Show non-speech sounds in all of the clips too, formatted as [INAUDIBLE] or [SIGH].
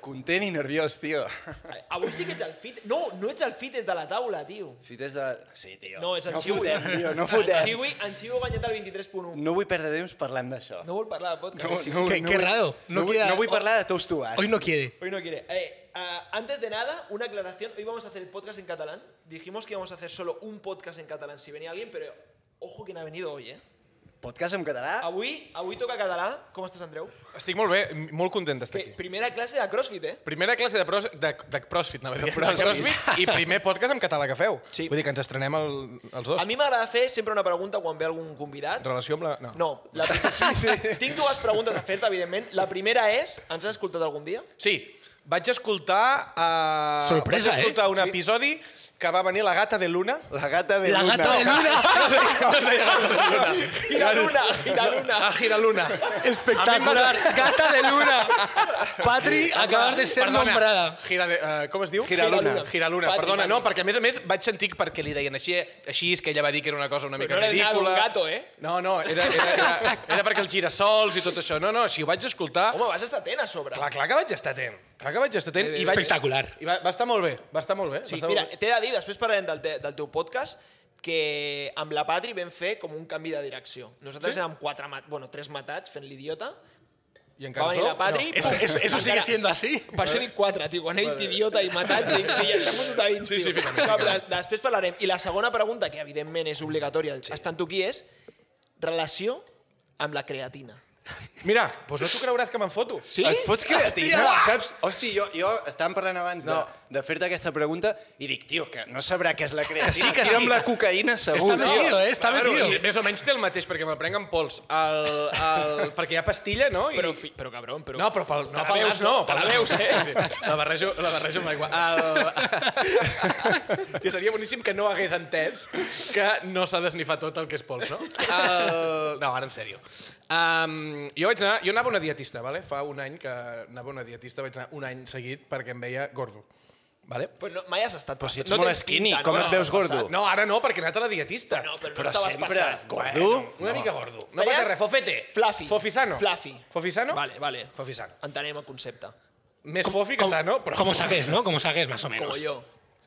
Content i nerviós, [LAUGHS] tio. Avui sí que ets el fit... No, no ets el fit des de la taula, tio. Fites de... Sí, tio. No, és el no Xiu. fotem, tio, no En fotem. Xiwi, en Xiwi ha guanyat el 23.1. No vull perdre temps parlant d'això. No vol parlar de podcast. el Xiu. Qué- qué vull- raro. No No, vull- queda- no vull parlar de Toast to Bar. Hoy no quiere. Hoy no quiere. Eh, ah, antes de nada, una aclaración. Hoy vamos a hacer el podcast en catalán. Dijimos que íbamos a hacer solo un podcast en catalán si venía alguien, pero ojo quién ha venido hoy, ¿eh? Podcast en català? Avui, avui toca català. Com estàs, Andreu? Estic molt bé, m- molt content d'estar Que, aquí. primera classe de CrossFit, eh? Primera classe de, pros, de, de CrossFit, anava a dir. De CrossFit. CrossFit. i primer podcast en català que feu. Sí. Vull dir que ens estrenem el, els dos. A mi m'agrada fer sempre una pregunta quan ve algun convidat. En relació amb la... No. No, la primera... sí, sí. Tinc dues preguntes a fer-te, evidentment. La primera és, ens has escoltat algun dia? Sí, vaig escoltar... Uh, Sorpresa, vaig eh? escoltar un episodi que va venir la gata de Luna. [LAUGHS] La gata de La Luna. gata de Luna. Gira l'una, gira l'una. Ah, gira Luna. Espectacular. [LAUGHS] Gata de Luna. Patri, acabas de ser Perdona, nombrada. Gira de, uh, com es diu? Giraluna. Giraluna, Patri, perdona, Patri. no, perquè a més a més vaig sentir perquè li deien així, així és que ella va dir que era una cosa una Però no mica era ridícula. nada d'un gato, eh? No, no, era, era, era, era perquè els girassols i tot això. No, no, si ho vaig escoltar... Home, vas estar atent a sobre. Clar, clar que vaig estar atent. Clar que vaig estar atent. I vaig, Espectacular. I va, va estar molt bé, va estar molt bé. Sí, va estar mira, molt bé. t'he de dir, després parlarem del, te, del teu podcast, que amb la Patri vam fer com un canvi de direcció. Nosaltres Sí? érem quatre, ma- bueno, tres matats fent l'idiota. I en Va venir la Patri... Eso, eso- eso sigue encara- siendo así. Per això dic quatre, tio, quan he dit idiota i matats, dic, ja estem fotut a dins, Sí, sí, tio. finalment, Va, però després parlarem. I la segona pregunta, que evidentment és obligatòria, estant tu qui és, relació amb la creatina. Mira, doncs no t'ho creuràs que me'n foto. Sí? Et fots creatina, Hòstia! saps? Hosti, jo, jo estàvem parlant abans de, de fer-te aquesta pregunta i dic, tio, que no sabrà què és la creatina. sí, que sí. Tira amb la cocaïna, segur. Está metido, eh? Está Claro, metido. i més o menys té el mateix, perquè me'l prenc en pols. El, el, perquè hi ha pastilla, no? I... Però, fi, però cabron, però... No, però pel, Te no, la pel veus, nas no. Te la pel- veus, eh? Sí, sí. La barrejo, la barrejo amb aigua. El... Tio, seria boníssim que no hagués entès que no s'ha d'esnifar tot el que és pols, no? El... No, ara en sèrio. Um, jo, vaig anar, jo anava a una dietista, vale? fa un any que anava a una dietista, vaig anar un any seguit perquè em veia gordo. Vale? Però no, mai has estat Però si passat. ets molt tens skinny, pinta, com et veus Passat. gordo? No, ara no, perquè he anat a la dietista. No, però, Però no estaves sempre, passat. gordo. Una mica gordo. No passa Veies? res, fofete. Fluffy. Fofisano. Fluffy. Fofisano? Vale, vale. Fofisano. Entenem el concepte. Més fofi que Como- sano, però... Como saques, ¿no? Como saques, más o menos. Com jo.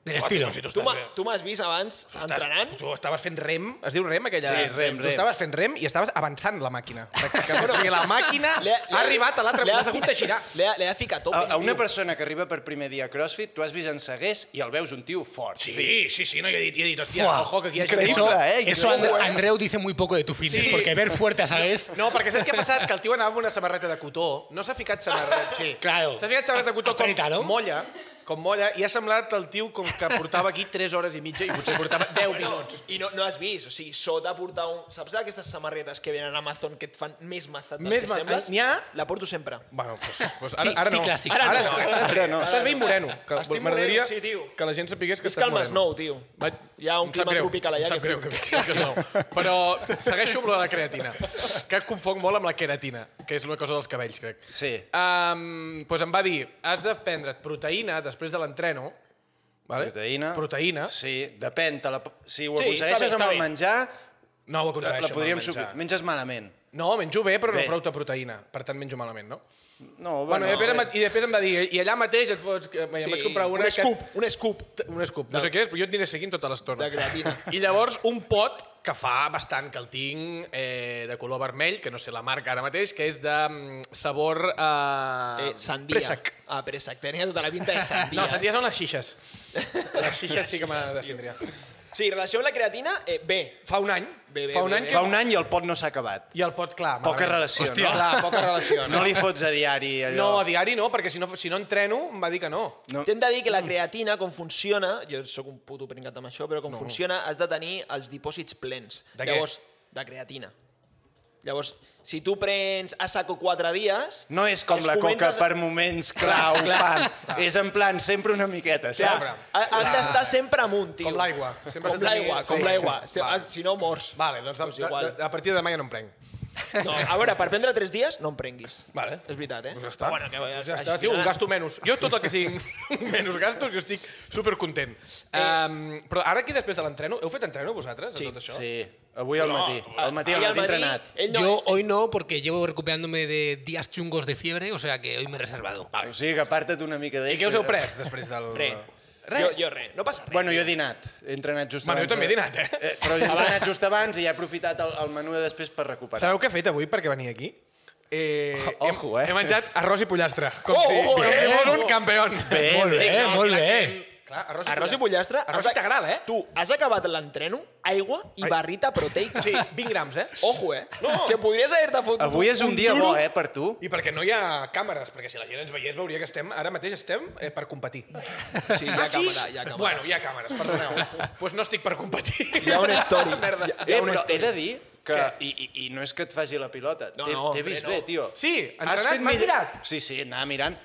Del estilo. Si tu Tu estàs m'ha- bé. tu m'has vist abans entrenant? Tu estaves fent rem, es diu rem aquella? Sí, rem, Tu rem. estaves fent rem i estaves avançant la [LAUGHS] màquina. O sigui, que, que, la màquina L'he- ha arribat a l'altre, l'he l'has hagut de girar. L'he l'he de ficar a A, topes, a una tio. persona que arriba per primer dia a CrossFit, tu has vist en segués i el veus un tio fort. fit. Sí, sí, sí, no, jo he dit, jo he dit hòstia, Fuà. ojo, que aquí hi ha gent... Increïble, Eso, viva. eh, eso increíble, Andre- eh. Andreu dice muy poco de tu fitness, Sí. porque ver [LAUGHS] fuerte, ¿sabes? No, perquè saps què ha passat? Que el tio anava amb una samarreta de cotó, no s'ha ficat samarreta, sí. Claro. S'ha ficat samarreta de cotó com Apreta, no? molla, com molla, i ha semblat el tio com que portava aquí 3 hores i mitja i potser [LAUGHS] portava 10 minuts. I no, no has vist, o sigui, sota portar un... Saps aquestes samarretes que venen a Amazon que et fan més mazat del Més que ma- eh, sembles? n'hi ha- La porto sempre. Bueno, pues, pues ara, Tic- ara no. tic clàssics. Ara, Ara no. no. Ara no. Estàs ben moreno. Que Estic m'agradaria moreno, sí, tio. Que la gent sapigués que És estàs que el moreno. Masnou, tio. Vaig... Hi ha un Em sap clima greu, tropical allà em sap que greu que, que no. Però segueixo amb la de creatina, que confonc molt amb la queratina, que és una cosa dels cabells, crec. Sí. Um, doncs em va dir, has de prendre't proteïna després de l'entreno, vale? Proteïna. Proteïna. Sí, depèn. Te la, si ho Sí, aconsegueixes està bé, està amb el bé. menjar, No ho la, aconsegueixo. la amb el podríem menjar. suplir. Menges malament. No, menjo bé, però Bé. no prou de proteïna. Per tant, menjo malament, no? No, Bueno, bueno, eh, i després, em- bé. i després em va dir, i allà mateix et fots... que- Em vaig comprar una... un scoop, un scoop. Que, un scoop. No sé què és, però jo et aniré seguint tota l'estona. De creatina. I llavors un pot que fa bastant que el tinc, eh, de color vermell, que no sé la marca ara mateix, que és de mm, sabor... Eh, Eh, sandia. Préssec. Ah, préssec. Tenia tota la pinta [LAUGHS] de sandia. No, sandia són les xixes. Les xixes sí que m'han de cindria. Sí, relació amb la creatina, eh, bé. Fa un any, Bé, bé, fa un bé, any bé. Fa que... un any i el pot no s'ha acabat. I el pot, clar... Poca malament. relació, Hòstia, no? clar, poca relació, no? No li fots a diari allò. No, a diari no, perquè si no, si no entreno em va dir que no. No. T'hem de dir que la creatina, com funciona, jo sóc un puto pringat amb això, però com no. funciona has de tenir els dipòsits plens. De què? Llavors, de creatina. Llavors, si tu prens a saco 4 dies... No és com es la coca comences- per moments clau, pam. És en plan, sempre una miqueta, saps? Saps? Ha- Has d'estar sempre amunt, tio. Com l'aigua. Sempre has Com de tenir- l'aigua, com Sí. l'aigua. Si, ah, Va. si no, [LAUGHS] mors. Vale, doncs de, Doncs de, igual. de, a partir de demà ja no em prenc. No, a veure, per prendre 3 dies, no em prenguis. Vale. És veritat, eh? Pues ja està. Bueno, que, pues ja està, tio, un gasto menys. Jo tot el que [LAUGHS] siguin [LAUGHS] menys gastos, jo estic supercontent. Um, però ara aquí després de l'entreno, heu fet entreno vosaltres? Eh. Sí. a tot això? Sí. Avui al matí. Al matí, al Ahí al Madrid, matí entrenat. Él no, Yo hoy no, porque llevo recuperándome de días chungos de fiebre, o sea que hoy me he reservado. O sigui que aparta't una mica d'ell. I què us heu pres després del... Re. Jo, jo re. No passa res. Bueno, jo he dinat. He entrenat just Bueno, abans. jo també he de- dinat, eh? Però he entrenat just abans i he aprofitat el, el menú de després per recuperar. Sabeu què he fet avui perquè venia aquí? Eh, [LAUGHS] O- ojo, eh? He, he menjat arròs i pollastre. Com Oh, si oh, com si bé, fos un oh. campeón. Bé, Molt bé. bé, molt bé. Clar, arròs, Arròs i pollastre. Arròs has i t'agrada, eh? Tu has acabat l'entreno, aigua i barrita proteica. Sí, 20 grams, eh? Ojo, eh? No. Que podries haver-te fotut Avui és un dia bo, eh, per tu. I perquè no hi ha càmeres, perquè si la gent ens veiés veuria que estem, ara mateix estem eh, per competir. Ah, Ah, Sí, hi ha càmera, hi ha càmera. Bueno, hi ha càmeres, [LAUGHS] perdoneu. Doncs pues no estic per competir. Hi ha una story. [LAUGHS] Merda. Hi ha, Eh, una però he story. de dir que... I, i, I no és que et faci la pilota. No, T'he no, t'he hombre, vist no. bé, tio. Sí, Has entrenat, fet m'has mil- mirat. Sí, sí, anava mirant.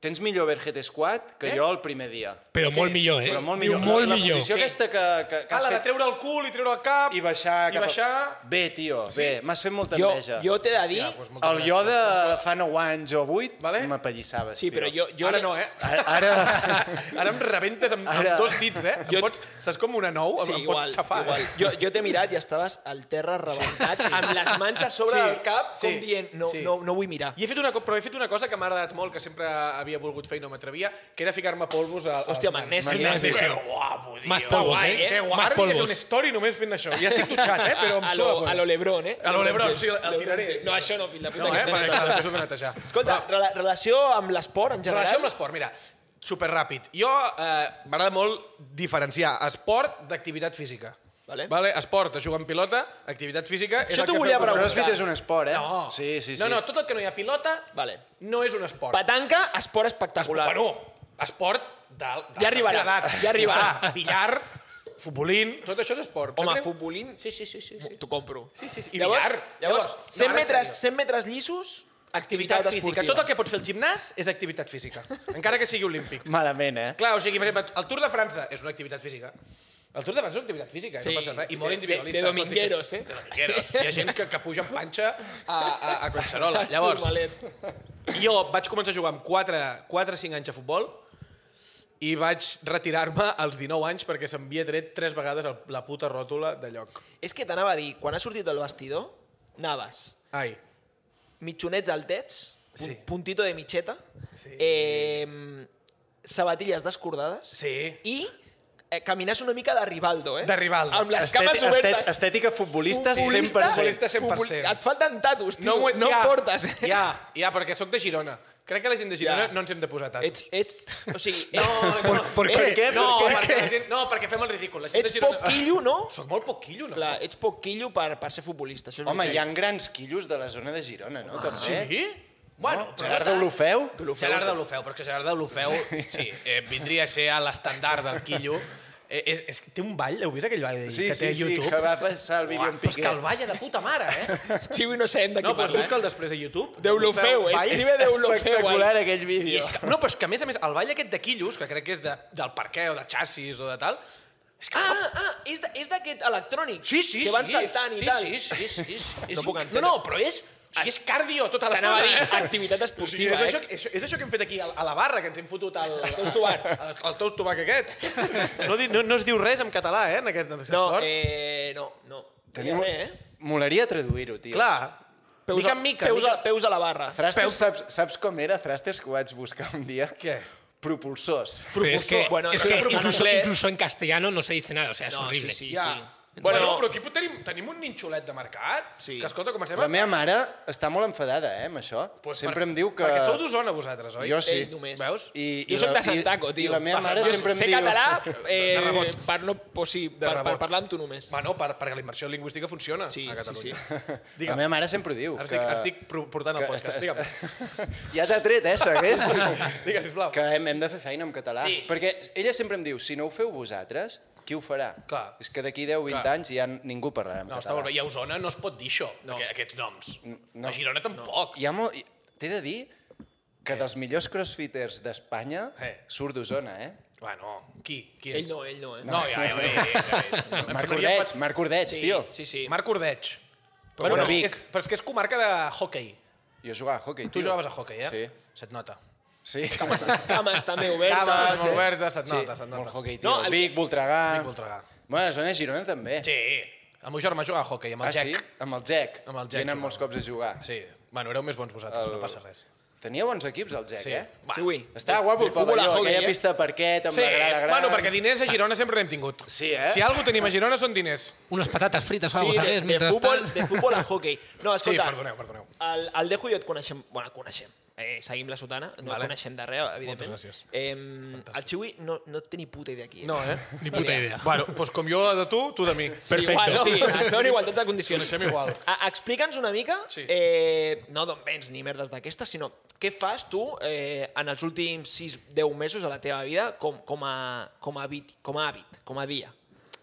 Tens millor overhead squat que jo el primer dia. Però molt millor, eh? Però molt millor. Molt la, La millor. posició aquesta que, que, que [LAUGHS] Ah, has la de fet... treure el cul i treure el cap. I baixar cap... I a- baixar... Bé, tio, bé. M'has fet molta Jo, enveja. jo t'he de dir... Ah, doncs moltes El gràcies. jo de fa 9 anys o 8 Vale. m'apallissaves, Sí, tio. però jo... jo Ara no, eh? [LAUGHS] Ara, ara... Ara em rebentes amb, Ara- amb dos dits, eh? Em Jo- pots, saps com una nou? Em, Sí, em igual, pots xafar. igual. Eh? Jo, jo t'he mirat i estaves al terra rebentat, amb les mans a sobre Sí, del cap, com sí, dient, no, sí. no, no vull mirar. I he fet una, co- però he fet una cosa que m'ha agradat molt, que sempre havia volgut fer i no m'atrevia, que era ficar-me polvos a... a- Hòstia, magnesi. Magnesi, sí. guapo, tio. Más polvos, Guai, eh? Que Más guard, he fet polvos. una story només fent això. Ja estic dutxat, eh? Però em [LAUGHS] a, sua. lo, a lo Lebron, eh? A lo Lebron, sí, el James. tiraré. James. No, això no, fill de puta. No, que eh? em Perquè, pesa. clar, després ho he de netejar. Escolta, Però- rela relació amb l'esport en general? Relació amb l'esport, mira, superràpid. Jo eh, m'agrada molt diferenciar esport d'activitat física. Vale. vale? Esport, es juga amb pilota, activitat física... és Això el t'ho que volia El feu vosaltres. preguntar. crossfit és un esport, eh? No. Sí, sí, sí. No, no, tot el que no hi ha pilota Vale. no és un esport. Petanca, esport espectacular. Bueno, esport de, de Ja arribarà, la tercera edat. ja arribarà. Ah, Billar, futbolín, tot això és esport. Sap Home, greu? futbolín... Sí, sí, sí. sí, sí. T'ho compro. Sí, sí, sí. I Llavors, billar. llavors, no, 100, ara en metres, sèrio. 100 metres llisos, activitat, activitat física. esportiva. Tot el que pot fer el gimnàs és activitat física, encara que sigui olímpic. Malament, eh? Clar, o sigui, per exemple, el Tour de França és una activitat física. El Tour de França és una activitat física, Sí, sí, no passa res. sí, I molt de- individualista. de- de tot i que- domingueros, eh? De domingueros. Hi ha gent que, que puja amb panxa a, a, a [LAUGHS] Collserola. Llavors, Turmalet. jo vaig començar a jugar amb 4, 4 o 5 anys a futbol i vaig retirar-me als 19 anys perquè se'm havia tret tres vegades el, la puta ròtula de lloc. És que t'anava a dir, quan has sortit del vestidor, anaves Ai. mitjonets altets, pun- Sí. puntito de mitxeta, eh, sabatilles descordades Sí. i eh, caminàs una mica de Rivaldo, eh? De Rivaldo. Amb les Estèti- cames obertes. estèti- Estètica futbolista, Futbolista, 100%. futbolista 100%. Futbol- Et falten tatus, tio. ho- no ja, portes. eh? Ja, ja, perquè sóc de Girona. Crec que la gent de Girona Ja. no ens hem de posar tant. Ets, ets, o sigui, [LAUGHS] No, ets, [LAUGHS] no, no. per ets, què? No, Per què? perquè, la gent, no, perquè fem el ridícul. La gent ets de poc Girona... quillo, no? Soc molt "Ah, poquillo, no? Clar, ets poc quillo per, per ser futbolista. Això és Home, veritat. hi ha grans quillos de la zona de Girona, no? També. Ah, Sí? No? Bueno, però Gerard no tant. Deulofeu? Gerard de Lufeu, però és que Gerard de Lufeu, sí, eh, vindria a ser a l'estandard del quillo. Eh, és, és, que té un ball, heu vist aquell ball Sí, que té sí, a sí, YouTube? que va passar el vídeo Uah, en però és Piqué. que el balla de puta mare, [LAUGHS] eh? Xiu i no sabem de No, qui però parla. eh? busca'l després a YouTube. Deulofeu, eh? Ball. escribe Deulofeu. Espectacular aquell eh. I vídeo. és que, no, però és que a més a més, el ball aquest de quillos, que crec que és de, del parquet o de xassis o de tal, és que Ah, fa ah, ah, és de- és d'aquest electrònic. Sí, sí, Que van sí. saltant i sí, tal. Sí, sí, sí, sí, sí. No És puc inc- entendre. No, no, però és... O sigui, és cardio tota l'estona. T'anava a dir, [LAUGHS] eh? activitat O sigui, esportiva, és, això, eh? és, és això que hem fet aquí, a, a la barra, que ens hem fotut al... El toast tobac. El, el toast tobac aquest. [LAUGHS] No, di- no, no es diu res en català, eh, en aquest, en aquest No, esport. eh, no, no. Tenim... Res, eh? Molaria traduir-ho, tio. Clar, Peus mica a- en mica. Peus, mica... A, peus a la barra. Thrusters, saps, saps com era Thrusters que ho vaig buscar un dia? Què? Propulsors. es que, Bueno, es no, que no, no, incluso, inglés. incluso en castellano no se dice nada, o sea, es No, sí, horrible. sí, Ja. sí. Doncs Bueno, Bueno, però aquí tenim, tenim un ninxolet de mercat. Sí. Que, escolta, comencem... La meva mare està molt enfadada, eh, amb això. Sempre em diu que... Perquè sou d'Osona, vosaltres, oi? Jo sí. Ell només. Veus? I, jo i soc la- de Santaco, i- tio. I la meva Va, mare jo sempre em sé diu... català, eh, De rebot. per, no, o sigui, per, per rebot. parlar amb tu només. Bueno, per, perquè la immersió lingüística funciona Sí, a sí, Catalunya. Sí, sí. La meva mare sempre ho diu. Ara que... estic, estic pro- portant el que podcast. està- Digue'm, Ja t'ha tret, eh, [LAUGHS] segueix. digue'm, sisplau. que hem, hem de fer feina en català. Sí. Perquè ella sempre em diu, si no ho feu vosaltres, qui ho farà? Clar. És que d'aquí 10-20 Clar. anys ja ningú parlarà en No, està català. molt bé. I a Osona no es pot dir això, no. aquests noms. No. A Girona tampoc. Hi ha molt... hi- T'he de dir que dels millors crossfiters d'Espanya Eh. surt d'Osona, eh? Bueno, qui? Qui Ell és? no, ell no, eh? No, ja, ja, ja, ja, ja, ja, [LAUGHS] ja. Em Marc semblaria Ordeig, Marc Ordeig, Sí, tio. sí, sí. Marc Ordeig. Però de és- Vic. És, però és que és comarca de hockey. Jo jugava a hockey, tio. Tu jugaves a hockey, eh? Sí. Se't nota. Sí. [LAUGHS] Cames també obertes. Cames, eh? molt oberta, se't nota, se't nota. molt hockey, tio. No, el- Vic, Voltregà... Vic, Voltregà. Bueno, la zona de Girona també. Sí. El meu germà jugava a hockey amb el ah, Jack. sí? Amb el Jack. Amb el Jack Hi he anat jugava. molts cops a jugar. Sí, bueno, éreu més bons vosaltres, no passa res. Tenia bons equips, el Jack, Sí, eh? va. Sí, ui. Estava guapo el futbol a pavelló, hockey, aquella eh? pista de parquet, amb Sí, eh, la grada gran. bueno, perquè diners a Girona sempre n'hem tingut. Sí, eh? Si alguna tenim a Girona són diners. Unes patates frites o Sí, alguna cosa, de, saps? de, Mentrestant... futbol, de futbol a hockey. No, Sí, escolta, perdoneu, perdoneu. El, el Dejo i jo et coneixem... Bueno, el coneixem. Eh, seguim la sotana, no Vale. vale. coneixem de res, evidentment. Moltes gràcies. Eh, el Xiwi no, no té ni puta idea aquí. Eh? No, eh? [LAUGHS] Ni puta idea. Bueno, doncs com jo de tu, tu de mi. Perfecte. Igual, no? Sí, estem en igualtat de condicions. Coneixem igual. A- Explica'ns una mica, Sí. eh, no d'on vens ni merdes d'aquestes, sinó què fas tu eh, en els últims 6-10 mesos a la teva vida com, com, a, com, a hàbit, com a hàbit, com a dia.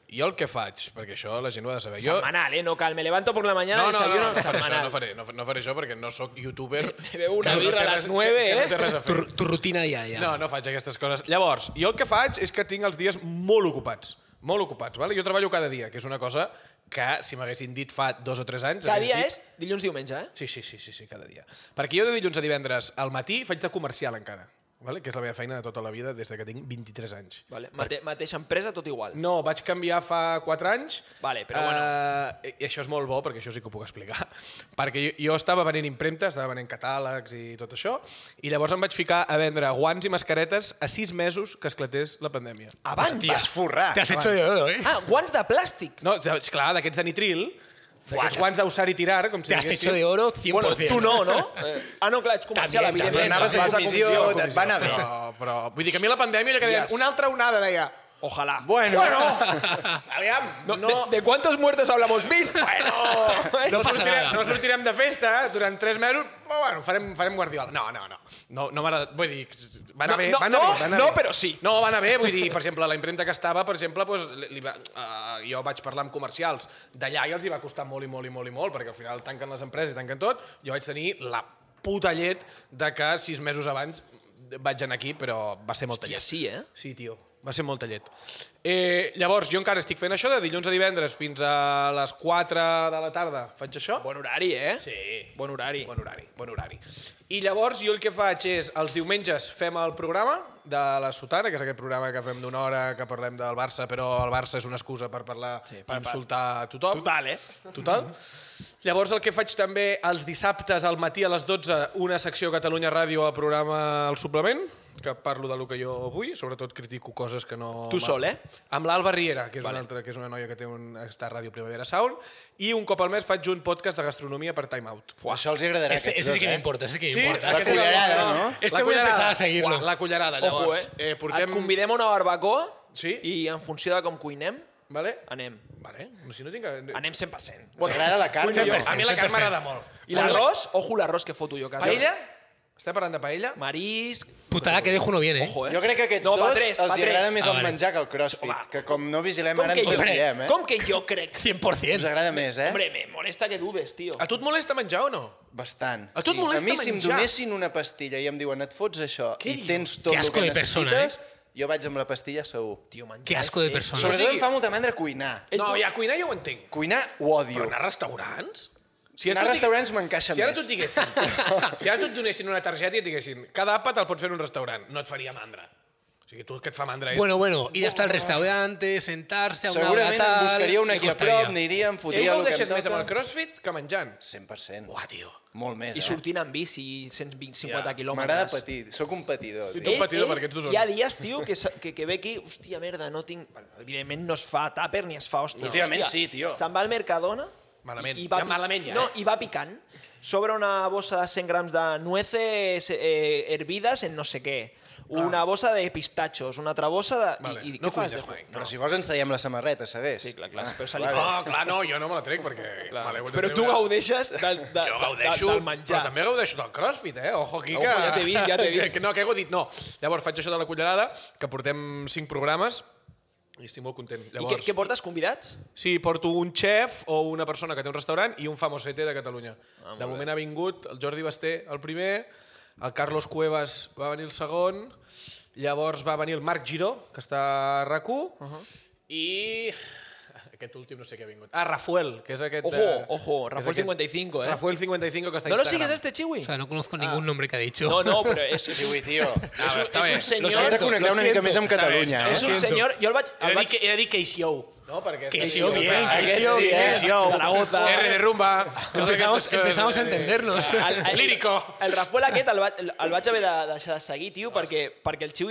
Jo el que faig, perquè això la gent ho ha de saber. Jo... Setmanal, eh? No cal, me levanto por la mañana, No, no, no, desayuno no, faré això, setmanal. no faré, no, fa- no faré això perquè no sóc [LAUGHS] youtuber. Me bebo una Que no birra a té les res- nueve, que- que eh? No té res a Tu, fer. tu rutina diària. No, no faig aquestes coses. Llavors, jo el que faig és que tinc els dies molt ocupats. Molt ocupats, vale? Jo treballo cada dia, que és una cosa que si m'haguessin dit fa dos o tres anys... Cada hagués dia dit- és dilluns-diumenge, eh? Sí, sí, sí, sí, sí, cada dia. Perquè jo de dilluns a divendres al matí faig de comercial encara, vale? que és la meva feina de tota la vida des de que tinc 23 anys. Vale. Mate, mateixa empresa, tot igual. No, vaig canviar fa 4 anys. Vale, però bueno. Eh, I això és molt bo, perquè això sí que ho puc explicar. [LAUGHS] perquè jo, jo estava venent impremtes, estava venent catàlegs i tot això, i llavors em vaig ficar a vendre guants i mascaretes a 6 mesos que esclatés la pandèmia. Abans T'hi has va. forrat. Te has hecho de oro, eh? Ah, guants de plàstic. No, de- esclar, d'aquests de nitril, Fuà, d'aquests guants d'usar i tirar, com si Te has diguéssim. hecho de oro 100%. Bueno, tu no, no? Eh, ah, no, clar, ets comercial, També, també. Però evidentment. anaves a Vas comissió, comissió, et va anar bé. Però, però, vull dir que a mi la pandèmia ja que deien Yes. una altra onada, deia... Ojalá. Bueno, [LAUGHS] Aviam, no, No, ¿De, de cuántos muertos hablamos? ¡Mil! [LAUGHS] Bueno. no, passa sortirem, nada. no sortirem de festa durant tres mesos, però bueno, farem, farem guardiola. No, no, no. No, no m'agrada... Vull dir, va No, anar bé, no, va anar no, bé. Va anar no, bé. però sí. No, va anar bé, vull dir, per exemple, la impremta que estava, per exemple, doncs, li, li va, uh, jo vaig parlar amb comercials d'allà i els hi va costar molt i molt i molt i molt, perquè al final tanquen les empreses i tanquen tot. Jo vaig tenir la puta llet de que sis mesos abans vaig anar aquí, però va ser molta I llet. així, eh? Sí, tio, va ser molta llet. Eh, llavors, jo encara estic fent això de dilluns a divendres fins a les 4 de la tarda. Faig això? Bon horari, eh? Sí. Bon horari. Bon horari, bon horari. I llavors jo el que faig és, els diumenges fem el programa de la Sotana, que és aquest programa que fem d'una hora, que parlem del Barça, però el Barça és una excusa per parlar, sí, per insultar a tothom. Total, eh? Total. Llavors el que faig també els dissabtes al matí a les 12 una secció Catalunya Ràdio al programa El Suplement, que parlo de lo que jo vull, sobretot critico coses que no... Tu sol, eh? Amb l'Alba Riera, que és, vale. una altra, que és una noia que té un, està a Ràdio Primavera Sound, i un cop al mes faig un podcast de gastronomia per Time Out. això els agradarà a Ese, aquests ese sí dos, que me eh? importa, ese que me Sí, importa. la aquest és el- cullerada, no? Este La voy a cullerada. empezar a seguirlo. Uah, La cullerada, Ojo, llavors. eh? eh portem... Et convidem a una barbacoa Sí. i en funció de com cuinem, Vale? anem. Vale. No, si no tinc... Anem 100%. T'agrada la carn? Cuino jo. A mi la carn m'agrada molt. I l'arròs, ojo l'arròs que foto jo a casa. Paella? Estem parlant de paella? Marisc... Putada que dejo no viene, eh? Ojo, eh? Jo crec que aquests No, dos pa tres, els pa hi agrada tres. més Ah, el vale. menjar que el crossfit, Home, que com no vigilem Com ara que ens jo desviem, crec? eh? Com que jo crec? 100%. Us agrada més, eh? Hombre, me molesta que dudes, tio. A tu et molesta menjar o no? Bastant. A tu et Sí. molesta a mi, si em menjar? donessin una pastilla i em diuen et fots això Què i dius? tens tot Que el asco que de persona, necessites, jo vaig amb la pastilla segur. Tio, menjar Qué és- asco de és- persona. Sobretot sigui- em fa molta mandra cuinar. Ell No, vol- ja cuinar ja ho entenc. Cuinar ho odio. Eh, Però anar a restaurants? Si anar a tu et digui- restaurants m'encaixa Si ara tu més. et diguessin, [LAUGHS] si ara tu et donessin una targeta i et diguessin cada àpat el pots fer en un restaurant, no et faria mandra. O sigui, tu el que et fa mandra és... Bueno, bueno, ir hasta el restaurante, sentarse a una hora Segurament em tal... buscaria un me equip a costaría. prop, aniria, em Ell fotria no el el que em deixes més amb el toca. crossfit que menjant. 100%. Uah, tio. Molt més, I eh? sortint amb bici 150 Ja. quilòmetres. M'agrada patir. Sóc un patidor. I tio. tu un patidor perquè ets d'Osona. Hi ha dies, tio, que, sa- que, que ve aquí, hòstia, merda, no tinc... Bueno, evidentment no es fa tàper ni es fa hòstia. No. Últimament hòstia. sí, tio. Se'n va al Mercadona... Malament. I, i va Ja pi- malament ja, No, eh? i va picant. Sobre una bossa de 100 grams de nueces eh, hervidas en no sé què. Una bossa de pistachos, una altra bossa de... Ah. Vale. I, i No què fas? cuines Dejo- mai. Ah, Però si vols ens traiem la samarreta, sabés? Ah. Sí, clar, clar. Però, se li vale. fa... No, clar, no, jo no me la trec perquè... Vale, ho he de però tu treure. gaudeixes del, de, [LAUGHS] Jo gaudeixo, de, del menjar. però també gaudeixo del crossfit, eh? Ojo aquí Ojo, que... ja t'he vist, ja t'he [LAUGHS] que- vist. Que, no, que he dit no. Llavors faig això de la cullerada, que portem cinc programes, i estic molt content. I Llavors... què, què portes, convidats? Sí, porto un xef o una persona que té un restaurant i un famosete de Catalunya. Ah, de moment ha vingut el Jordi Basté el primer, el Carlos Cuevas va venir el segon, llavors va venir el Marc Giró, que està a RAC1, uh Uh-huh. -huh. i [SIGHS] aquest últim no sé què ha vingut. Ah, Rafael, que és aquest... Ojo, de- ojo, que és Rafael aquest- 55, eh? Rafael 55, que està a No lo Instagram. sigues este, Chiwi? O sea, no conozco ningún nombre que ha dicho. No, no, pero es, Sí, ui, tio. [LAUGHS] Ah, però es un bé. senyor- Lo S'has de siento, connectar lo una mica siento. més amb Està bé. Catalunya, Lo es eh? un siento. señor... Jo el vaig... He El de dir vaig que, he de dir que és jo. No, perquè... este Que està sí, dient- bien, que Aquest sí, sí, bien. show. Zaragoza. R de rumba. Totes Empezamos, aquestes coses, empezamos a eh. entendernos. El, el, Lírico. El Rafael aquest el, va, el, el vaig haver de, de deixar de seguir, tio, perquè, perquè el xiu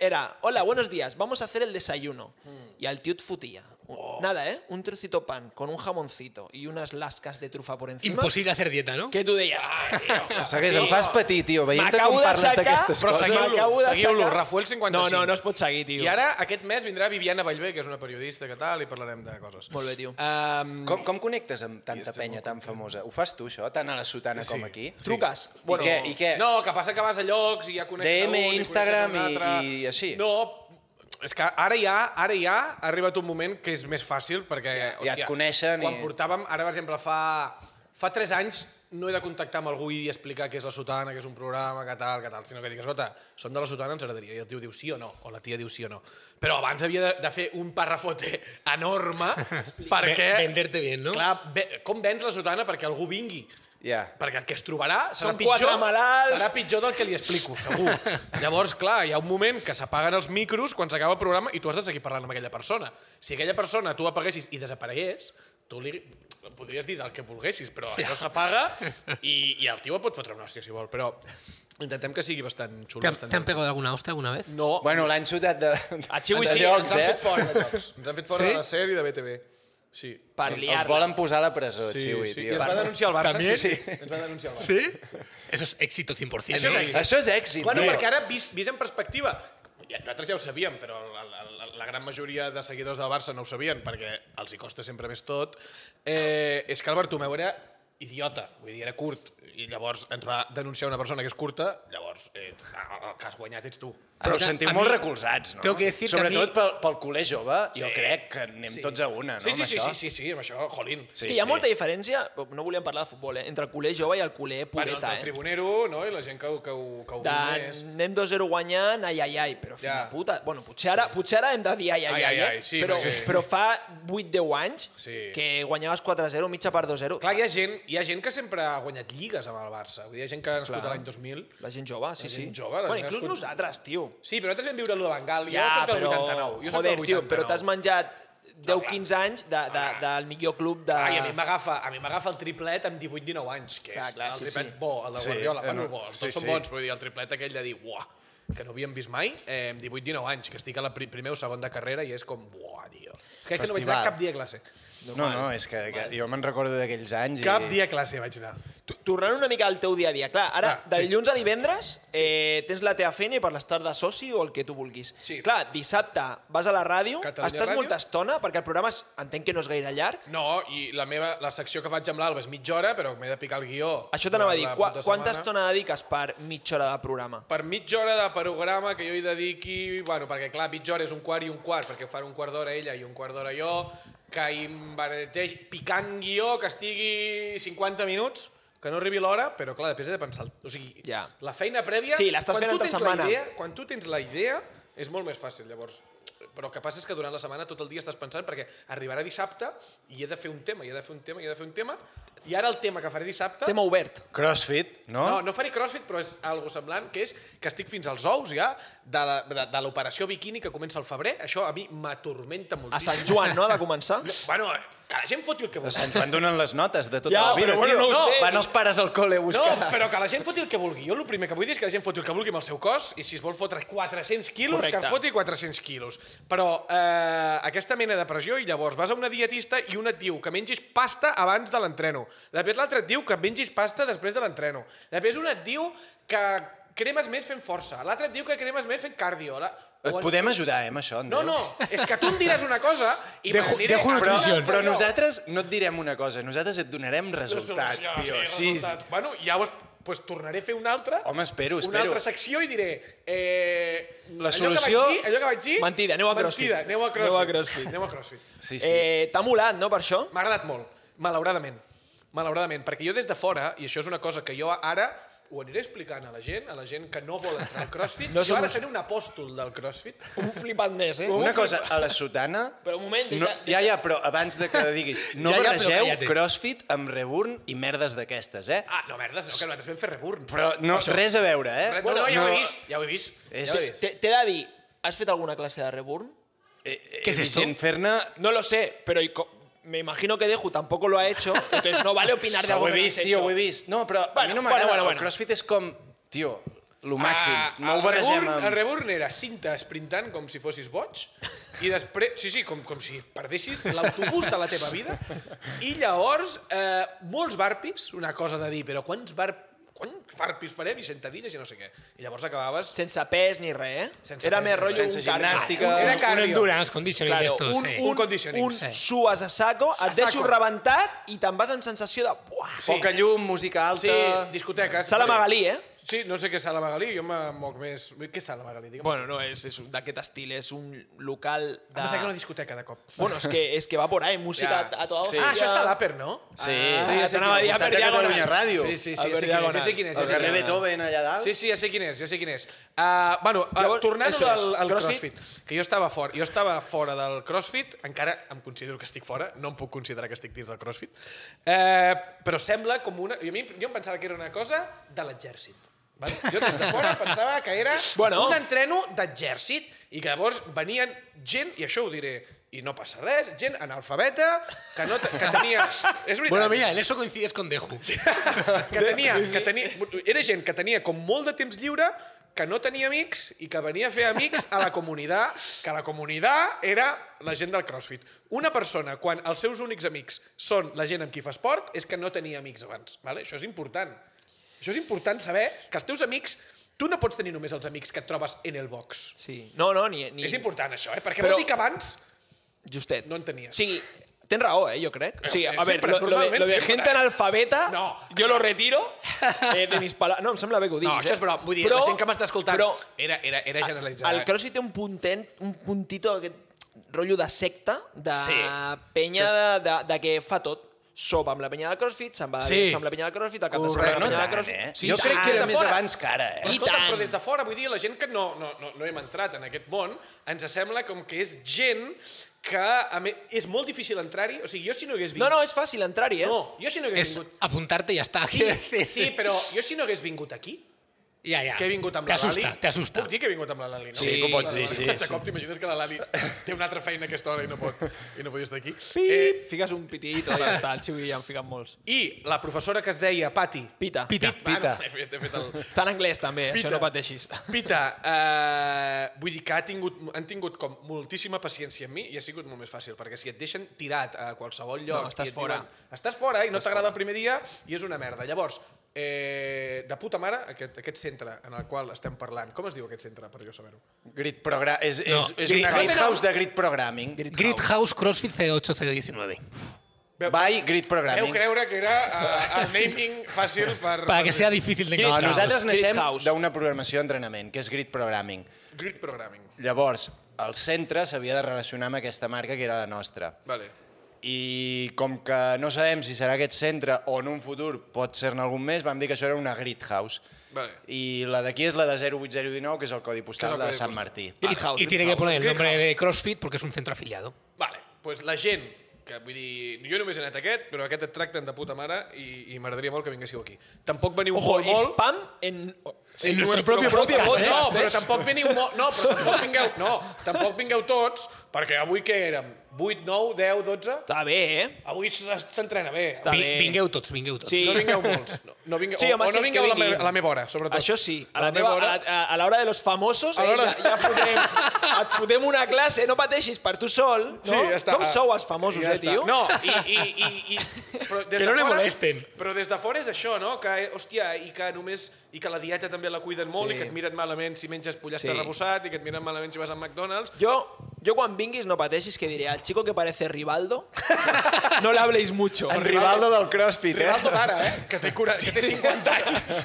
era Hola, buenos días, vamos a hacer el desayuno. I el tio et fotia. Nada, ¿eh? Un trocito pan con un jamoncito y unas lascas de trufa por encima. Imposible hacer dieta, ¿no? Que tu deies, "Ah, [LAUGHS] tio, Segueix, em fas patir, tio, veient com M'acabo parles d'aixecar, d'aquestes Però coses. seguiu-lo, seguiu-lo, seguiu-lo, d'aixecar. Rafael 55. No, no, no es pot seguir, tio. I ara, aquest mes, vindrà Viviana Vallvé, que és una periodista que tal, i parlarem de coses. Molt bé, tio. Um, Com, com connectes amb tanta penya tan famosa? Ho fas tu, això, tant a la sotana com aquí? Truques. I què? I què? No, que passa que vas a llocs i ja connectes DM, a un, i connectes Instagram a un altre. i- i així. No, és que ara ja, ara ja ha arribat un moment que és més fàcil perquè, ja et coneixen quan i- portàvem, ara per exemple fa, fa 3 anys no he de contactar amb algú i explicar què és la sotana, què és un programa, què tal, què tal, sinó que dic, escolta, som de la sotana, ens agradaria, i el tio diu sí o no, o la tia diu sí o no. Pero abans havia de, de fer un parrafote [LAUGHS] enorme perquè... Ve- venderte bien, no? Clar, ve, com vens la sotana perquè algú vingui? Ja. perquè el que es trobarà serà Són pitjor, quatre malalts. serà pitjor del que li explico, [LAUGHS] segur. Llavors, clar, hi ha un moment que s'apaguen els micros quan s'acaba el programa i tu has de seguir parlant amb aquella persona. Si aquella persona tu apaguessis i desaparegués, tu li podries dir del que volguessis, però allò s'apaga i, i el tio et pot fotre una hòstia, si vol, però intentem que sigui bastant xulo. ¿Te han, bastant te han pegado alguna hostia alguna vez? No, Bueno, l'han xutat de, A Xiu i de sí, llocs, ens han eh? fet fora de llocs. ens han fet fora Sí? de la sèrie de BTV. Sí. Per Els liar-la. volen posar a la presó, Sí, Xiu i, sí. I tio. ens va denunciar el Barça. També? Sí, Sí. sí. Ens va denunciar el Barça. ¿Sí? Eso es éxito 100%. Eso es ¿no? éxito. Això és èxit, Bueno, tio. perquè ara vist, vist en perspectiva, ja, nosaltres ja ho sabíem, però la, la, la- la gran majoria de seguidors del Barça no ho sabien, perquè els hi costa sempre més tot, eh, és que el Bartomeu era idiota, vull dir, era curt, i llavors ens va denunciar una persona que és curta, llavors eh, el que has guanyat ets tu. Però us A mi- sentiu a molt mi- recolzats, no? Tengo que decir que a mi- Sobretot pel, pel culer jove, jo crec que anem tots a una, no? sí, sí, amb sí, això? sí, sí, sí, amb això, jolín. És Sí, que hi ha sí. molta diferència, no volíem parlar de futbol, eh? entre el culer jove i el culer Bueno, el pureta. del eh? tribunero, no?, i la gent que ho, que ho, que ho de viu més. anem 2-0 guanyant, ai, ai, ai, però fill Ja. de puta. Bueno, potser ara, potser ara hem de dir ai, ai, ai, ai, ai eh? sí, però, perquè- però fa 8-10 anys Sí. que guanyaves 4-0, mitja part 2-0. Clar, hi ha, gent, hi ha gent que sempre ha guanyat lligues amb el Barça. Vull dir, hi ha gent que ha nascut Clar. l'any 2000 La gent jove, sí, La gent sí. jove, la bueno, gent inclús escut- nosaltres, tio. Sí, però nosaltres vam viure lo de Bengal. Jo soc del 89. Jo joder, soc del 89. tio, però t'has menjat clar. Ah. 10-15 anys de, de, del millor club de... Ai, a mi m'agafa a mi m'agafa el triplet amb 18-19 anys, que és Clar, clar, el sí, triplet sí. bo, el de Sí, Guardiola. eh, bueno, no, bo, els sí, dos són sí. bons, vull dir, el triplet aquell de dir, buah, que no havíem vist mai, eh, amb 18-19 anys, que estic a la pri primer o segon de carrera i és com, buah, tio. Que és que no vaig anar Festival. cap dia a classe. No, no, és que, que jo me'n recordo d'aquells anys Cap i... dia a classe vaig anar. Tu- Tornant una mica al teu dia a dia. Clar, ara, Ah, de sí. dilluns a divendres, eh, tens la teva feina i per l'estar de soci o el que tu vulguis. Sí. Clar, dissabte vas a la ràdio, Catalunya estàs Ràdio. molta estona, perquè el programa és, entenc que no és gaire llarg. No, i la meva la secció que faig amb l'Alba és mitja hora, però m'he de picar el guió. Això t'anava a dir, durant la qua, puta quanta setmana. estona dediques per mitja hora de programa? Per mitja hora de programa que jo hi dediqui... Bueno, perquè clar, mitja hora és un quart i un quart, perquè fan un quart d'hora ella i un quart d'hora jo, que hi embarateix picant guió, que estigui 50 minuts, que no arribi l'hora, però clar, després he de pensar... el- O sigui, Ja. la feina prèvia... Sí, l'estàs quan fent tu entre tens la setmana. Idea, quan tu tens la idea, és molt més fàcil, llavors. Però el que passa és que durant la setmana tot el dia estàs pensant perquè arribarà dissabte i he de fer un tema, i he de fer un tema, i he de fer un tema, i ara el tema que faré dissabte... Tema obert. Crossfit, no? No, no faré crossfit, però és algo semblant, que és que estic fins als ous ja de la- de, de l'operació bikini que comença al febrer. Això a mi m'atormenta A moltíssim. Sant Joan, no?, ha de començar. Bueno, que la gent foti el que A vulgui. Sant Joan donen les notes de tota Ja, la vida, però bueno, tio. no ho sé. Van els pares al col·le a No, buscar. però que la gent foti el que vulgui. Jo el primer que vull dir és que la gent foti el que vulgui amb el seu cos i si es vol fotre 400 quilos, Correcte. Correcte. que foti 400 quilos. Però eh, aquesta mena de pressió i llavors vas a una dietista i una et diu que mengis pasta abans de l'entreno. Després l'altra et diu que mengis pasta després de l'entreno. Després una et diu que cremes més fent força. L'altra et diu que cremes més fent cardio. La... Et o- podem ajudar, eh, amb això, Andreu? No, no, és que tu em diràs una cosa i Dejo- me'n diré- dejo una Però- nutrición. Però nosaltres no et direm una cosa, nosaltres et donarem resultats, Solució, tio. Sí, resultats. Bueno, ja ho, pues, tornaré a fer una altra. Home, espero, una espero. altra secció i diré... Eh, La allò que vaig solució- dir- Allò que vaig dir... Mentida, aneu a CrossFit. Mentida, aneu a CrossFit. Aneu a CrossFit. Aneu a CrossFit. sí, sí. Eh, T'ha molat, no, per això? M'ha agradat molt, malauradament. Malauradament, perquè jo des de fora, i això és una cosa que jo ara ho aniré explicant a la gent, a la gent que no vol entrar al CrossFit, No no jo ara som- seré un apòstol del CrossFit. Un flipat més, eh? Una cosa, a la sotana... Però un moment, No, deixa- ja, ja, però abans de [LAUGHS] que diguis, no Ja, ja, però barregeu calla't. crossfit amb reburn i merdes d'aquestes, eh? Ah, no, merdes, no, que nosaltres vam fer reburn. Però no, res a veure, eh? Re- No, no, ja ho he vist, ja ho he vist. És- Ja ho he vist. T'he t'he de dir, has fet alguna classe de reborn? Eh, ¿Qué es esto? Inferna, No lo sé, pero y co- me imagino que Deju tampoco lo ha [LAUGHS] hecho, entonces no vale opinar de algo ho he que no has vist, tio, hecho. ho he vist. No, però a Bueno, mi no bueno, bueno, m'agrada. Bueno, bueno. El CrossFit és com, tio, lo màxim. Ah, no ho el barregem reborn- amb... El reborn era cinta sprintant com si fossis boig i després, sí, sí, com, com si perdessis l'autobús de la teva vida i llavors eh, molts barpis, una cosa de dir, però quants barpis quants barpis farem i sentadines i no sé què. I llavors acabaves... Sense pes ni res, eh? Sense Era pes més ni rotllo Sense un cardio. gimnàstica. Era Un cardio. endurance conditioning Claro, d'estos, un, sí. un, Un conditioning. Un Sí. sues a saco, A et deixo saco. rebentat i te'n vas amb sensació de... Buah, Sí. Poca llum, música alta... Sí, discoteques. Sala Magalí, eh? Sí, no sé què és Sala Magalí, jo me moc més... Què és Sala Magalí? Digue'm. Bueno, no, és, és d'aquest estil, és un local de... Em pensava que era una discoteca, de cop. Bueno, es que, es que va por ahí, música a, Ja. a toda Sí. hostia. Ah, això està a l'Àper, no? Sí, Ah, sí, ja ja sé s'anava qui a és. dir, a Catalunya Ràdio. Sí, sí, sí, Albert ja sé quin és, Diagonal. ja sé quin és. ja Al sé carrer quin és. Beethoven, allà dalt. Sí, sí, ja sé quin és, ja sé quin és. Uh, bueno, uh, Llavors, tornant això és, al, al CrossFit. crossfit. que jo estava fora, jo estava fora del CrossFit, encara em considero que estic fora, no em puc considerar que estic dins del CrossFit, uh, però sembla com una... Jo, a mi, jo em pensava que era una cosa de l'exèrcit. Vale? Jo des de fora pensava que era Bueno. bueno. un entreno d'exèrcit i que llavors venien gent, i això ho diré, i no passa res, gent analfabeta que, no te- que tenia... És veritat. Bueno, mira, en eso coincides con Deju. que tenia, que tenia, era gent que tenia com molt de temps lliure, que no tenia amics i que venia a fer amics a la comunitat, que la comunitat era la gent del CrossFit. Una persona, quan els seus únics amics són la gent amb qui fa esport, és que no tenia amics abans. Vale? Això és important. Això és important saber que els teus amics... Tu no pots tenir només els amics que et trobes en el box. Sí. No, no, ni... ni... És important, això, eh? Perquè Però- vol dir que abans... Justet. No en tenies. Sí, tens raó, eh, yo creo. Sí, sé, a ver, siempre, lo, lo de, normalmente, lo de siempre. gente analfabeta, No, yo això- lo retiro eh, de mis palabras. No, em sembla bé que ho diguis, No, això és eh? broma. Vull dir, Però- la gent que m'està escoltant eh. Però era, era, era generalitzada. el CrossFit té un puntet, un puntito aquest rotllo de secta, de sí. Sí. penya de, de, de que fa tot. Sopa amb la penya del CrossFit, se'n va Sí. sí. amb la penya del CrossFit, al cap de setmana Però amb la no penya del tant, CrossFit. eh? Sí, jo tant, crec que des era de més fora. abans que ara, I eh? Escolta, tant. però des de fora, vull dir, la gent que no, no, no, no hem entrat en aquest món, ens sembla com que és gent que a me, és molt difícil entrar-hi. O sigui, jo si no hagués No, vingut... no, és fàcil entrar-hi, eh? no, jo si no hagués [LAUGHS] Es vingut... apuntarte y ya está. Sí, sí, però jo si no hagués vingut aquí, [LAUGHS] Ya, ya. que he vingut amb te la Lali... asusta, te asusta. Puc dir que he vingut amb la Lali, no? Sí, que ho pots dir, sí. De cop t'imagines que la Lali té una altra feina a aquesta hora i no pot, i no podia estar aquí. Eh, fiques un pitito i ja està, el Xiu i ja en fiquen molts. I la professora que es deia Pati... Pita. Pita. Pita. Ah, no, he fet, he fet el... Està en anglès també, eh? Pita. això no pateixis. Pita, eh, vull dir que ha tingut, han tingut com moltíssima paciència amb mi i ha sigut molt més fàcil, perquè si et deixen tirat a qualsevol lloc... No, estàs i et fora. Diuen, estàs fora i no t'agrada el primer dia i és una merda. Llavors, eh, de puta mare, aquest, aquest centre en el qual estem parlant, com es diu aquest centre, per jo saber-ho? Grid progra és, és, No. és una Grid- grid house de grid programming. Grid House CrossFit C8, C19. By grid Veu programming. creure que era eh, el naming fàcil per... Para que sea difícil de No, encontrar. nosaltres Grid naixem house. d'una programació d'entrenament, que és grid programming. Grid Programming. Llavors, el centre s'havia de relacionar amb aquesta marca que era la nostra. Vale. I com que no sabem si serà aquest centre o en un futur pot ser-ne algun més, vam dir que això era una grid house. Vale. I la d'aquí és la de 08019, que és el codi Que postal és el de codi Sant postal. Martí. Grid House. Ah, Y tiene que poner el Grid nombre House. de CrossFit porque es un centro afiliado. Vale, pues la gent, que vull dir, jo només he anat a aquest, però aquest et tracten de puta mare i, i m'agradaria molt que vinguéssiu aquí. Tampoc veniu Ojo, molt, molt... spam en... En nuestro propio podcast, eh? No, però tampoc veniu molt... No, però tampoc vingueu... No, tampoc vingueu tots, perquè avui què érem? 8, 9, 10, 12? Està bé, eh? Avui s- s'entrena bé. Està Vi- bé. Vingueu tots, vingueu tots. Sí. No vingueu molts. No, no vingueu, Sí, home, o, o sí, no que vingueu a la, me, vinguin. a la meva hora, sobretot. Això sí, a A la, la teva, meva hora- a, la, a l'hora de los famosos A eh, l'hora- ja, ja fotem, et fotem una classe, no pateixis, per tu sol. No? Sí, ja està. Com sou els famosos, ja eh, està. tio? No, i... i, i, i però des Que no de ne fora- molesten. Però des de fora és això, no? Que, eh, hòstia, i que només... I que la dieta també la cuiden molt Sí. i que et miren malament si menges pollastre Sí. rebossat i que et miren malament si vas al McDonald's. Jo, jo quan vinguis no pateixis que diré al chico que parece [LAUGHS] Rivaldo no le habléis mucho. [LAUGHS] En Rivaldo del CrossFit, eh? Rivaldo d'ara, eh? Que té, cura, que té 50 anys.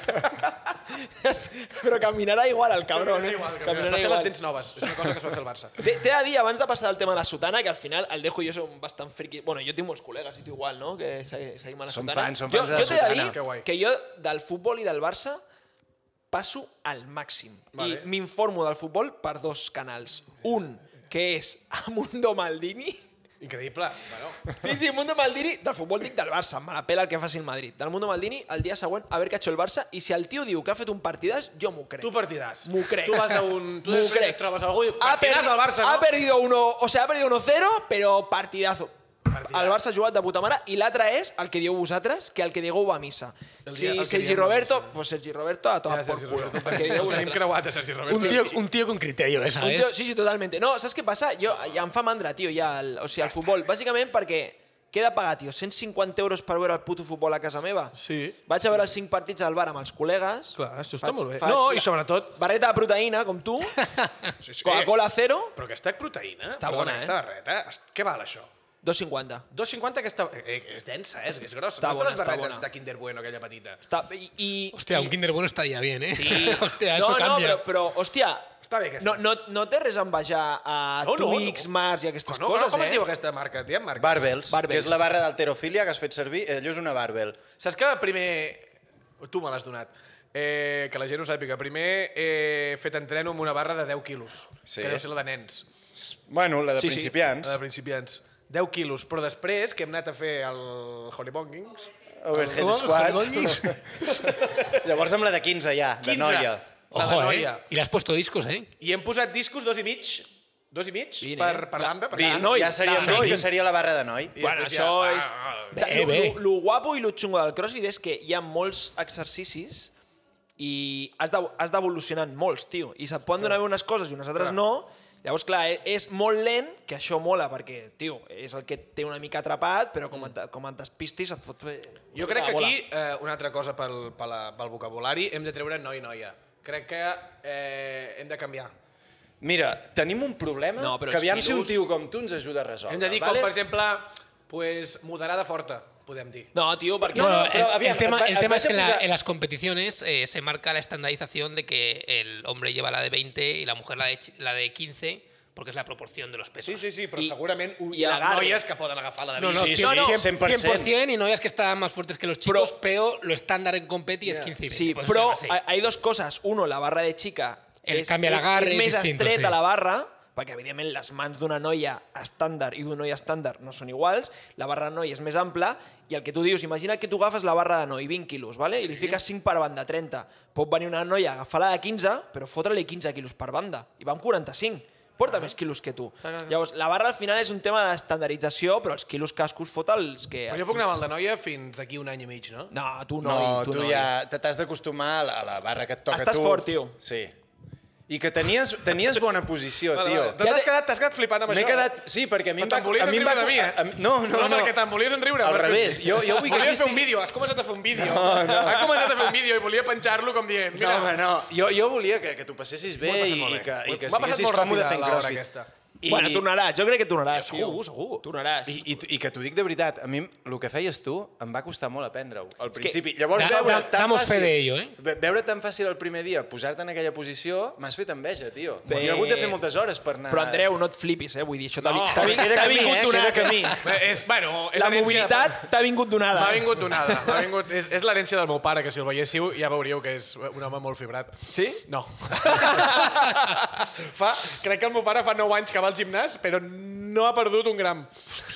Però caminarà igual el cabrón. Caminarà Eh? igual, caminarà. Caminarà Va fer les igual. dents noves. És una cosa que es va fer al Barça. T'he t'he de dir, abans de passar al tema de la sotana, que al final el Dejo i jo som bastant friquis... Bueno, jo tinc molts col·legues i tu igual, no? Que segui- seguim a la Som sotana. fans, som jo, fans de la jo t'he de sotana. Que dir guai. que jo del futbol i del Barça passo al màxim. Vale. I m'informo del futbol per dos canals. Un, que és a Mundo Maldini, Increïble. Bueno, Sí, sí, Mundo Maldini del Futbol Dic del Barça, me la pela el que faci el Madrid. Del Mundo Maldini, el dia següent, a veure què ha hecho el Barça, i si el tio diu que ha fet un partidàs, jo m'ho crec. tu partiràs. M'ho crec. Tu vas a un... Tu M'ho després crec. Ah, et trobes algú i diu, ha partiràs perdi- del Barça, Ha no? perdido uno, o sea, ha perdido 1-0, però partidazo. Partidazo. El Barça ha jugat de puta mare i l'altre és el que dieu vosaltres, que el que dieu va a missa. El Si dia- el que Sergi diem va a Roberto, missa. pues Sergi Roberto a Ja, toda por Sergi Ah, culo. Roberto, El que [LAUGHS] dieu ho tenim vosaltres. creuat a Sergi Roberto. Un tío, un tío con criterio, ¿eh? Un ¿sabes? tio, sí, sí, totalmente. No, saps què passa? Jo, ja em fa mandra, tio, ja, el, o sigui, el futbol. Bàsicament perquè queda pagat, tio, 150 euros per veure el puto futbol a casa meva. Sí. Vaig a veure els 5 partits al bar amb els col·legues. Clar, això està molt bé. No, i sobretot- Barreta de proteïna, com [LAUGHS] tu. Sí, sí. Coca-Cola zero, Però aquesta proteïna, Està perdona, bona, eh? aquesta barreta, est- què val això? 2,50. 2,50 aquesta... Eh, eh, és densa, eh? és, és grossa. Està no bona, és de està les barretes bona. de Kinder Bueno, aquella petita. Està, i, i, Hostia, un Kinder Bueno está ya bien, ¿eh? Sí. [LAUGHS] Hostia, no, eso no, cambia. però, però, hòstia, Està bé aquesta. no, no, no té res a envejar a No, no, Twix, no. Mars i aquestes no, coses, no, com eh? es diu aquesta marca? Diem marca. Barbells, Barbells. que és la barra d'alterofília que has fet servir. Eh, Allò és una barbell. Saps que primer... Tu me l'has donat. Eh, que la gent ho sàpiga. Primer he fet entreno amb una barra de 10 quilos. Sí. Que deu ser la de nens. Bueno, la de Sí, sí. principiants. La de principiants. 10 quilos. Però després, que hem anat a fer el Hollybongings... Overhead Com? squat. Hollybongings? Llavors amb la de 15 ja, de 15. noia. La de Ojo, ¿eh? noia. Y le has puesto discos, ¿eh? I hem posat discos dos i mig, dos i mig, Vint, per, eh? per l'amba. Per Vint, cada noi. ja seria, Clar, no, vint. Ah, que seria la barra de noi. I Bueno, després això va, és... va, va. O sigui, Bé, bé. lo, lo guapo i lo xungo del crossfit és que hi ha molts exercicis i has de- has d'evolucionar en molts, tio. I se't poden donar bé unes coses i unes altres Clar. no. Llavors, clar, e- és molt lent, que això mola, perquè, tio, és el que et té una mica atrapat, però com, et, com et despistis et fot fer... Mm. Jo crec que Bola. aquí, eh, una altra cosa pel, pel, pel vocabulari, hem de treure noi noia. Crec que eh, hem de canviar. Mira, tenim un problema No, però que és aviam si un quilos. tio com tu ens ajuda a resoldre. Hem de dir, com vale? per exemple, pues, moderada forta, podem dir. No, tio, perquè... No, no, Bueno, el, pero había- el tema, va- el tema va a es que en, la- empezar- en las competiciones eh, se marca la estandarización de que el hombre lleva la de 20 y la mujer la de, ch- la de 15, porque es la proporción de los pesos. Sí, sí, sí, però I- I, segurament i hi ha l'agarre. noies que poden agafar la de No, no, bici. Sí, sí, sí, no, no, 100%. 100% y no veas que están más fuertes que los chicos, pero, lo estándar en competi es 15 y 20. Sí, pues però se llama ha- así. hay dos coses. Uno, la barra de xica El canvi a l'agarre és és més distinto, estreta sí. la barra, perquè evidentment les mans d'una noia estàndard i d'un noi estàndard no són iguals, la barra de noi és més ampla, i el que tu dius, imagina que tu agafes la barra de noi, 20 quilos, vale? i li fiques 5 per banda, 30. Pot venir una noia a agafar la de 15, però fotre-li 15 quilos per banda, i va amb 45. Ah. Porta més quilos que tu. Llavors, la barra al final és un tema d'estandardització, però els quilos cascos fot els que... Però jo puc anar amb el de noia fins d'aquí un any i mig, no? No, tu No, noi, tu, noi. ja te- t'has d'acostumar a, la- a la barra que et toca Estàs tu. fort, tio. Sí. I que tenies, tenies bona posició, Vale, tio. vale. T'has Ja te- quedat, t'has quedat flipant amb M'he això. quedat... Sí, perquè a mi em va... T'embolies a mi em en va- riure de mi, eh? a- a- No, no, no. No, perquè t'embolies en riure. Al per fer- revés, jo- jo vull que Volies aquí fer un estigui- vídeo, has començat a fer un vídeo. Ha començat a fer un vídeo i volia penjar-lo com dient... No, Mira, home, no. Jo, jo volia que, que t'ho passessis bé, M'ho he passat i, molt i bé. que, i que M'ha passat estiguessis molt còmode ràpida fent l'hora crossfit. aquesta. I, Bueno, tornaràs, jo crec que tornaràs. Segur, tio. segur. Tornaràs. I, i, i que t'ho dic de veritat, a mi el que feies tu em va costar molt aprendre-ho al que- principi. Llavors, Da- da- veure tan damos fe fàcil, de ello, eh? ve- veure tan fàcil el primer dia, posar-te en aquella posició, m'has fet enveja, tio. Bé. Jo he hagut de fer moltes hores per anar... Però Andreu, no et flipis, eh? Vull dir, això t'ha No, no, queda camí, vingut eh? donada. Queda camí. Eh, És, bueno, és La herència de mobilitat t'ha vingut donada. M'ha vingut donada. M'ha vingut... És, és l'herència del meu pare, que si el veiéssiu ja veuríeu que és un home molt fibrat. Sí? No. [LAUGHS] fa, crec que el meu pare fa 9 anys que va al gimnàs, però no ha perdut un gram.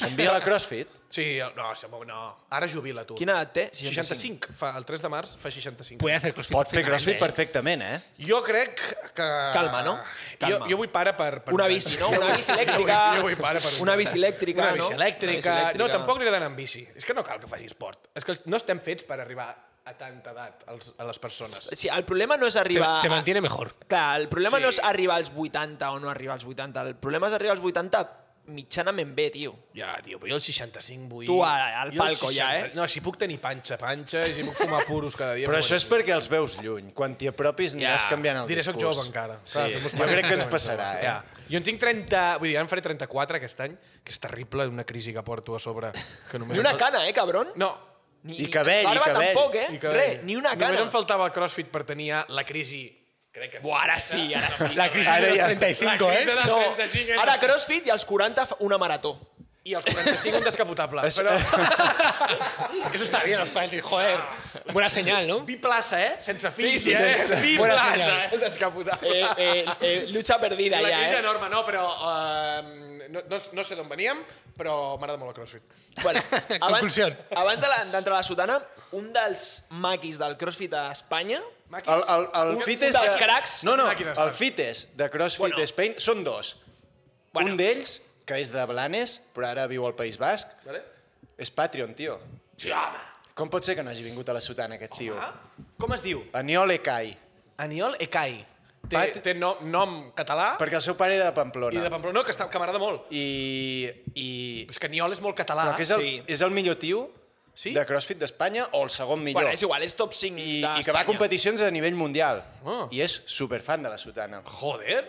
Envia la CrossFit. Sí, no, sí, home, no. Ara jubila, tu. Quina edat té? 65. Fa, el 3 de març fa 65. Puede hacer crossfit. Pot fer perfectamente, CrossFit ¿eh? perfectament, eh? Jo crec que... Calma, no? Calma. Jo, jo vull pare per... per Una un any. bici, [LAUGHS] no? Una bici elèctrica. Jo vull, jo vull pare per un Una any. bici elèctrica, Una no? bici elèctrica. Una bici elèctrica. No, tampoc li he d'anar amb bici. És que no cal que faci esport. És que no estem fets per arribar a tanta edat als, a les persones. Sí, el problema no és Te, arribar... te a- mantiene mejor. Clar, el problema Sí. sí. no és arribar als 80 o no arribar als 80. El problema és arribar als 80 mitjanament bé, tio. Ja, tio, però jo als 65 vull... Tu a- al Jo als palco ja, eh? No, si puc tenir panxa, panxa, i si puc fumar puros cada dia... Però fumaré. això és perquè els veus lluny. Quan t'hi apropis aniràs canviant el Diré, discurs. soc jove encara. Sí, Clar, tu m'ho jo esperes. crec que ens passarà, eh? Ja. Jo en tinc 30... Vull dir, ara en faré 34 aquest any, que és terrible, una crisi que porto a sobre. Que només Ni una cana, eh, cabron? No, Ni, I cabell, i barba cabell. tampoc, eh? I que- Re, ni una Només cana. em faltava el crossfit per tenir ja la crisi... Crec que... Buah, ara sí, ara sí. La crisis [LAUGHS] Ahora de los ya- [LAUGHS] 35, La ¿eh? crisi dels No, 35 és... ara CrossFit i als 40 fa una marató. i els 45 un descapotable. Però [LAUGHS] Eso está bien, los 40. eh. Joder. Buena señal, ¿no? biplaça, eh? Sense fills, sí, eh? sí, sí. Bona Biplaça, senyal. eh? El descapotable. Eh, eh, eh, lucha perdida la crisi ya, ¿eh? enorme, no, però eh, no, no, no sé d'on veníem, però m'agrada molt el CrossFit. [LAUGHS] Bueno, abans, Conclusió. abans de la- d'entrar a la sotana, un dels maquis del CrossFit a Espanya... Maquis? El, el, el Un fites dels cracs. No, no, Màquines, el doncs. fites de CrossFit Bueno. Spain són dos. Bueno. Un d'ells, que és de Blanes, però ara viu al País Basc, Vale? és Patreon, tio. Com pot ser que no hagi vingut a la sotana aquest tio? Ah, com es diu? Aniol Ecai, Aniol Ekai. Té, Pat- té nom, nom català perquè el seu pare era de i Pamplona. de Pamplona, no, que, està- que m'agrada molt. I, i És que Aniol és molt català. Però que és el, Ah, sí. és el millor tio Sí? de CrossFit d'Espanya o el segon millor. Bueno, és igual, és top 5 I, I que va a competicions a nivell mundial. Ah. I és superfan de la sotana. Joder.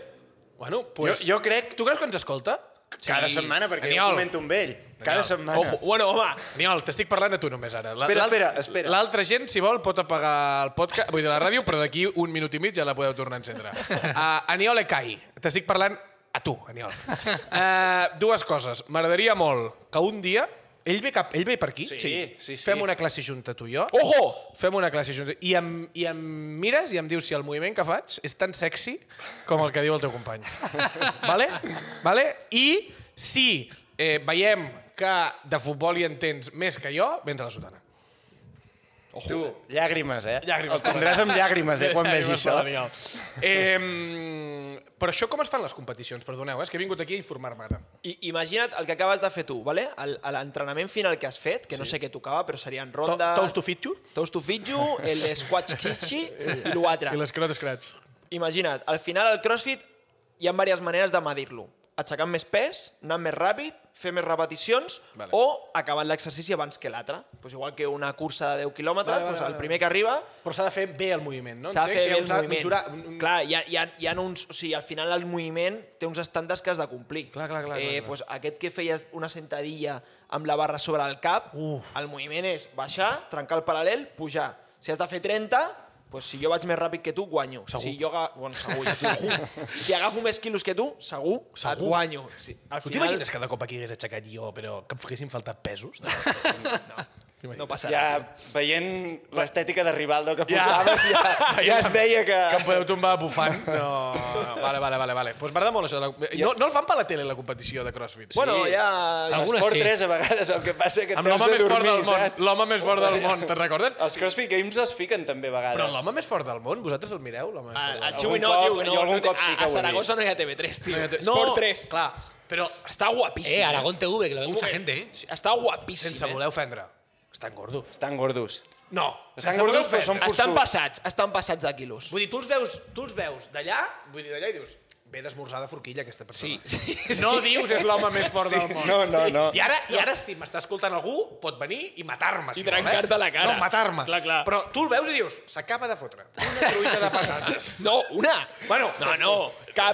Bueno, pues... Jo- jo crec- Tu creus que ens escolta? Cada setmana, perquè jo Aniol. comento amb ell. Cada Aniol. setmana. Ojo, bueno, home. Aniol, t'estic parlant a tu només ara. La- Espera, l'alt- espera, espera. L'altra gent, si vol, pot apagar el podcast, vull dir, la ràdio, però d'aquí un minut i mig ja la podeu tornar [LAUGHS] a encendre. Uh, Aniol Ekai, t'estic parlant a tu, Aniol. Uh, dues coses. M'agradaria molt que un dia... Ell ve, cap, ell ve per aquí? Sí, sí, sí. Fem una classe junta, tu i jo. Ojo! Fem una classe junta. I em, I em mires i em dius si el moviment que faig és tan sexy com el que diu el teu [LAUGHS] company. vale? vale? I si eh, veiem que de futbol hi entens més que jo, vens a la sotana. Tu, llàgrimes, eh? Llàgrimes. El tindràs amb llàgrimes, [LAUGHS] eh, quan vegis Llàgrimes això. per Daniel. Eh, però això com es fan les competicions? Perdoneu, eh, és que he vingut aquí a informar-me ara. I, imagina't el que acabes de fer tu, ¿vale? El- a l'entrenament final que has fet, que no sé què tocava, però serien To- ronda... Toast to fit you? Toast to Fitju, el Squatch Kishi i l'altre. I les crotes crats. Imagina't, al final el CrossFit hi ha diverses maneres de medir-lo. Aixecant més pes, anant més ràpid, fer més repeticions Vale. vale. o acabant l'exercici abans que l'altre. Pues igual que una cursa de 10 quilòmetres, Vale, vale, vale, pues vale, el vale. primer que arriba Però s'ha de fer bé el moviment, no? s'ha de fer Entenc que bé el uns ha de moviment. Mesurar, un, un, Clar, hi ha, hi ha, hi ha uns, o sigui, al final el moviment té uns estàndards que has de complir. Clar, clar, clar, eh, clar, clar. Pues aquest que feies una sentadilla amb la barra sobre el cap, el moviment és baixar, trencar el paral·lel, pujar. Si has de fer 30, pues si jo vaig més ràpid que tu, guanyo. Segur. Si jo aga... bueno, [LAUGHS] segur, segur. si agafo més quilos que tu, segur, et Segur. guanyo. Si, al Tu final, t'imagines cada cop aquí hagués aixecat jo, però que em haguessin faltat pesos? No. no passa Ja, res. veient l'estètica de Rivaldo que portaves, ja, [LAUGHS] ja es veia que... que em podeu tombar bufant. No, no, vale, vale, vale. vale. Pues m'agrada molt això. de La... No, no el fan per la tele, la competició de CrossFit. Bueno, ja... Algunes L'esport sí. 3 a vegades, el que passa que et Amb deus de l'home més fort dormir, eh? Ah, del món. saps? L'home més fort del món, te'n recordes? Els CrossFit Games es fiquen també a vegades. Però l'home més fort del món, vosaltres el mireu? L'home més El fort del món? Chiu- Xui no, cop- tio, no, jo algun no té- cop sí a, que ho he a Zaragoza vist. no hi ha TV3, tio. No, Sport 3. Clar, però Està guapísimo. Eh, Aragón TV, que lo ve mucha gente, eh. Està guapíssim. sense eh? voler ofendre. Estan gordos. Estan gordos. No. Estan sense voler gordos, però ofendre. són Estan forçuts. passats, estan passats de quilos. Vull dir, tu els veus, tu els veus d'allà, vull dir, d'allà i dius, ve d'esmorzar de forquilla aquesta persona. Sí, [LAUGHS] sí, No dius és l'home més fort del món. No, no, no. I ara, i ara si m'està escoltant algú, pot venir i matar-me. Si I vol, trencar-te eh? la cara. No, matar-me. Clar, clar. Però tu el veus i dius, s'acaba de fotre. Una truita de [LAUGHS] patates. No, una. Bueno, no, no.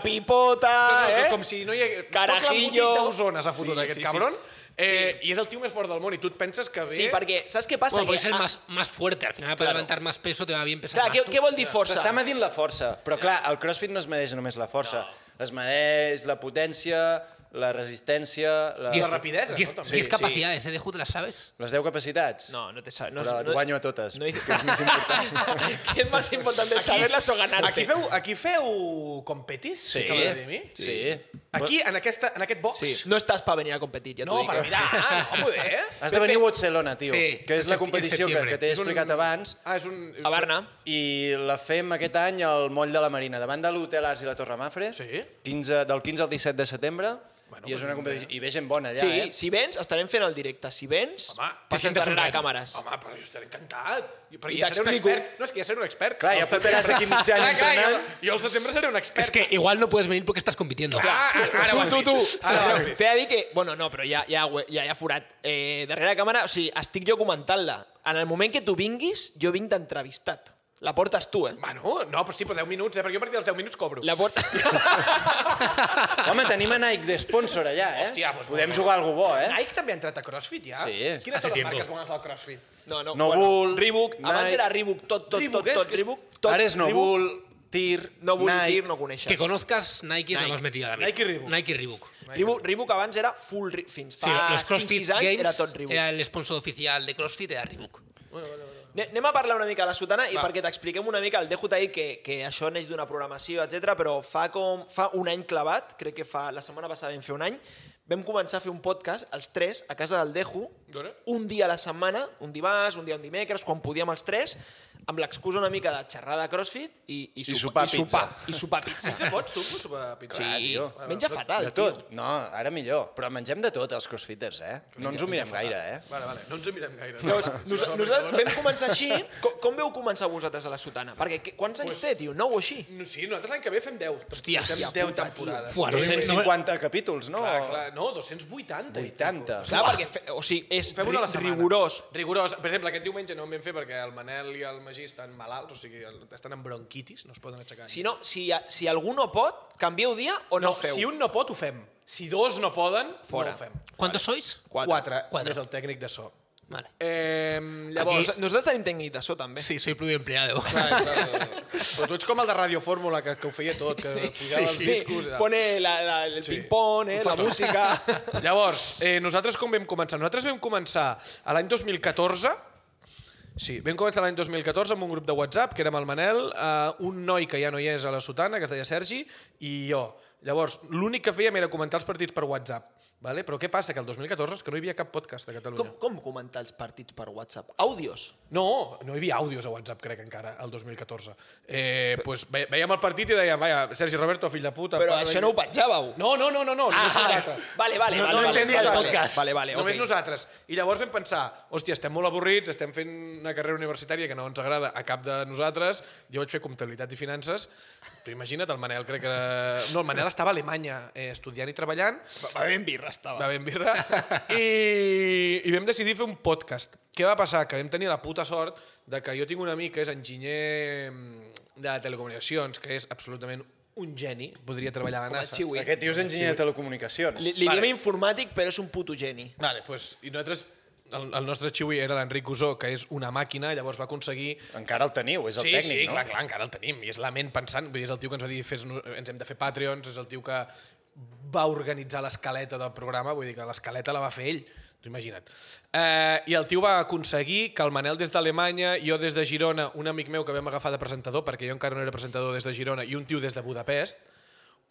Capipota, eh? eh? Com si no hi hagués... Carajillo. Tot l'embotit s'ha fotut Sí, aquest sí, sí. cabron. Eh, I és el tio més fort del món i tu et penses que ve... Sí, perquè saps què passa? Bueno, porque es que, el ah, más, más fuerte. Al final, para Claro. levantar más peso, te va bien pesar clar, más què, tú. què vol dir força? S'està medint la força, però clar, el crossfit no es medeix només la força. Es medeix la potència, la resistència, la... Diez- La rapidesa, ¿no? diez- También. diez Sí, capacidades, ¿eh? De Hood, ¿las sabes? les 10 capacitats. No, no te sabes. No, però et no, guanyo a totes, no no dice- que és més important. [LAUGHS] ¿Qué es más importante, saberlas o ganarte? Aquí feu, aquí feu competis? Sí. que m'agrada dir a mi? Sí. Aquí, en, aquesta, en aquest box? Sí. No estàs per venir a competir, ja t'ho No, dic. per eh? [LAUGHS] mirar, [LAUGHS] ah, no, joder. Has de venir a Barcelona, tio, Sí, que és en la septi- competició que, setembre. que t'he És un- explicat abans Ah, és un... A Barna. i la fem aquest any al Moll de la Marina, davant de l'Hotel Arts i la Torre Mafre, Sí. 15, del 15 al 17 de setembre, Bueno, i és pues una molt competició... I ve gent bona allà, Sí, eh? si vens, estarem fent el directe. Si vens, Home, passes te sientes un darrere rei. càmeres. Home, però jo estaré encantat. Jo- Perquè I ja seré un t'explico. expert. No, és que ja seré un expert. Clar, ja Al setembre- portaràs aquí mig any Clar, clar, jo- entrenant. Jo al setembre seré un expert. Es que igual no puedes venir porque estás compitiendo. Ah, ara ho has tu, tu, vist. tu. Ara ho has vist. T'he de dir que... Bueno, no, però ja, ja, ho he- ja, ja forat. Eh, darrere la càmera, o sigui, estic jo comentant-la. En el moment que tu vinguis, jo vinc d'entrevistat. La portes tu, eh? Bueno, no, però sí, però 10 minuts, eh? Perquè jo a partir dels 10 minuts cobro. La porta... Home, tenim a Nike de sponsor allà, eh? Hòstia, doncs Podem molt bé. jugar a algú bo, eh? Nike també ha entrat a CrossFit, ja? Sí. Quines Hace són les tiempo. marques bones del CrossFit? [LAUGHS] No, no, Nobul, Reebok. Abans Nike. era Reebok, eh? tot, tot, Reebok, tot, és tot, que és- Reebok. Tot, Ara és Reebok. Nobul, Tir, No vull Nike, dir, no coneixes. Que conozcas Nike és la Nike. més metida també. Nike i Reebok. Nike i Reebok. Reebok, Reebok abans era full Reebok. Fins Sí, fa los 5-6 CrossFit anys Games era tot Reebok. era el sponsor oficial de CrossFit era Reebok. Ne- Anem a parlar una mica de la sotana i perquè t'expliquem una mica el DJI, que, que això neix d'una programació, etc. però fa, com, fa un any clavat, crec que fa la setmana passada vam fer un any, vam començar a fer un podcast, els tres, a casa del Deju, D'hora? un dia a la setmana, un dimarts, un dia un dimecres, quan podíem els tres, amb l'excusa una mica de xerrar de CrossFit i, i, sopar i pizza. sopar, i sopar [LAUGHS] pizza. Pizza pots, tu? Sopar pizza. Clar, Sí, tio. menja fatal, De tot. No, ara millor. Però mengem de tot, els crossfitters, eh? No ens ho mirem gaire, eh? Vale, vale, no ens en mirem gaire. Llavors, nos, Si us sembla nosaltres que no. vam començar així. Com, com veu començar vosaltres a la sotana? Perquè que- quants anys té, tio? Nou o així? No, sí, nosaltres l'any que ve fem 10. Hòsties. Fem 10 Puta, temporades. tio. Fuà, no sé, no- 250 capítols, no? Clar, clar, no, 280. 80. Clar, perquè fe, o sigui, és Fem una a la ri- setmana. rigorós. Rigorós. Per exemple, aquest diumenge no en vam fer perquè el Manel i el Magí estan malalts, o sigui, el- estan amb bronquitis, no es poden aixecar. Si, no, si, si algú no pot, canvieu dia o no, no, no feu. si un no pot, ho fem. Si dos no poden, Fora. no ho fem. ¿Cuántos sois? Quatre. Quatre, Quatre. més el tècnic de so. Vale. Eh, llavors... Llavors, nosaltres tenim tècnic de so, també. Sí, soy pluriempleado. [LAUGHS] Clar, clar, clar. Però tu ets com el de Radio Fórmula, que, que ho feia tot, que sí, pujava els discos... i tal. Pone la, la, el Sí. ping-pong, eh, Ho fa la tot. música... [LAUGHS] Llavors, eh, nosaltres com vam començar? Nosaltres vam començar a l'any 2014, sí, vam començar l'any 2014 amb un grup de WhatsApp, que érem el Manel, eh, un noi que ja no hi és a la sotana, que es deia Sergi, i jo. Llavors, l'únic que fèiem era comentar els partits per WhatsApp. Vale? Però què passa? Que el 2014 és que no hi havia cap podcast a Catalunya. com, com comentar els partits per WhatsApp? Àudios. No, no hi havia àudios a WhatsApp, crec, encara, el 2014. Eh, pues, ve- veiem el partit i dèiem, vaja, Sergi Roberto, fill de puta... Però pare això de- no ho petjàveu. No, no, no, no, no, només nosaltres. Vale, vale, No, vale. no vale, entendia vale, el vale, podcast. Vale, vale, Només ok. nosaltres. I llavors vam pensar, hòstia, estem molt avorrits, estem fent una carrera universitària que no ens agrada a cap de nosaltres. Jo vaig fer comptabilitat i finances. Tu imagina't, el Manel crec que... No, el Manel estava a Alemanya eh, estudiant i treballant. Va ben birra, estava. Va ben birra. I, I vam decidir fer un podcast. Què va passar? Que vam tenir la puta sort de que jo tinc un amic que és enginyer mm, de telecomunicacions, que és absolutament un geni, podria treballar a la NASA. Chiwi. Aquest tio és enginyer de telecomunicacions. Li, li diem informàtic, però és un puto geni. Vale, pues, i nosaltres, el, el nostre xiui era l'Enric Usó, que és una màquina, llavors va aconseguir... Encara el teniu, és el tècnic, sí, no? clar, clar, encara el tenim, i és la ment pensant, vull dir, és el tio que ens va dir fes, ens hem de fer Patreons, és el tio que va organitzar l'escaleta del programa, vull dir que l'escaleta la va fer ell, tu imagina't. Eh, I el tio va aconseguir que el Manel des d'Alemanya, jo des de Girona, un amic meu que vam agafar de presentador, perquè jo encara no era presentador des de Girona, i un tio des de Budapest,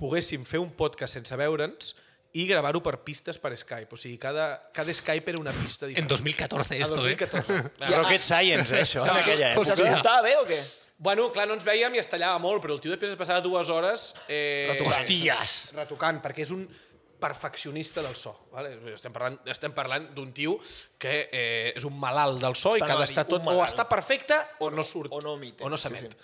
poguéssim fer un podcast sense veure'ns i gravar-ho per pistes per Skype. O sigui, cada, cada Skype era una pista En diferent. 2014 A esto, ¿eh? 2014. Rocket Science, eh, això, en aquella Us època. escoltava bé o què? Bueno, clar, no ens veiem i es tallava molt, però el tio després es passava dues hores... Eh, eh. Hostias. Retocant, perquè és un perfeccionista del so. Vale? Estem parlant, estem parlant d'un tio que eh, és un malalt del so i Tant que ha va d'estar dir, tot un o malalt. està perfecte o no surt. o no emite. O no Sí, s'emet.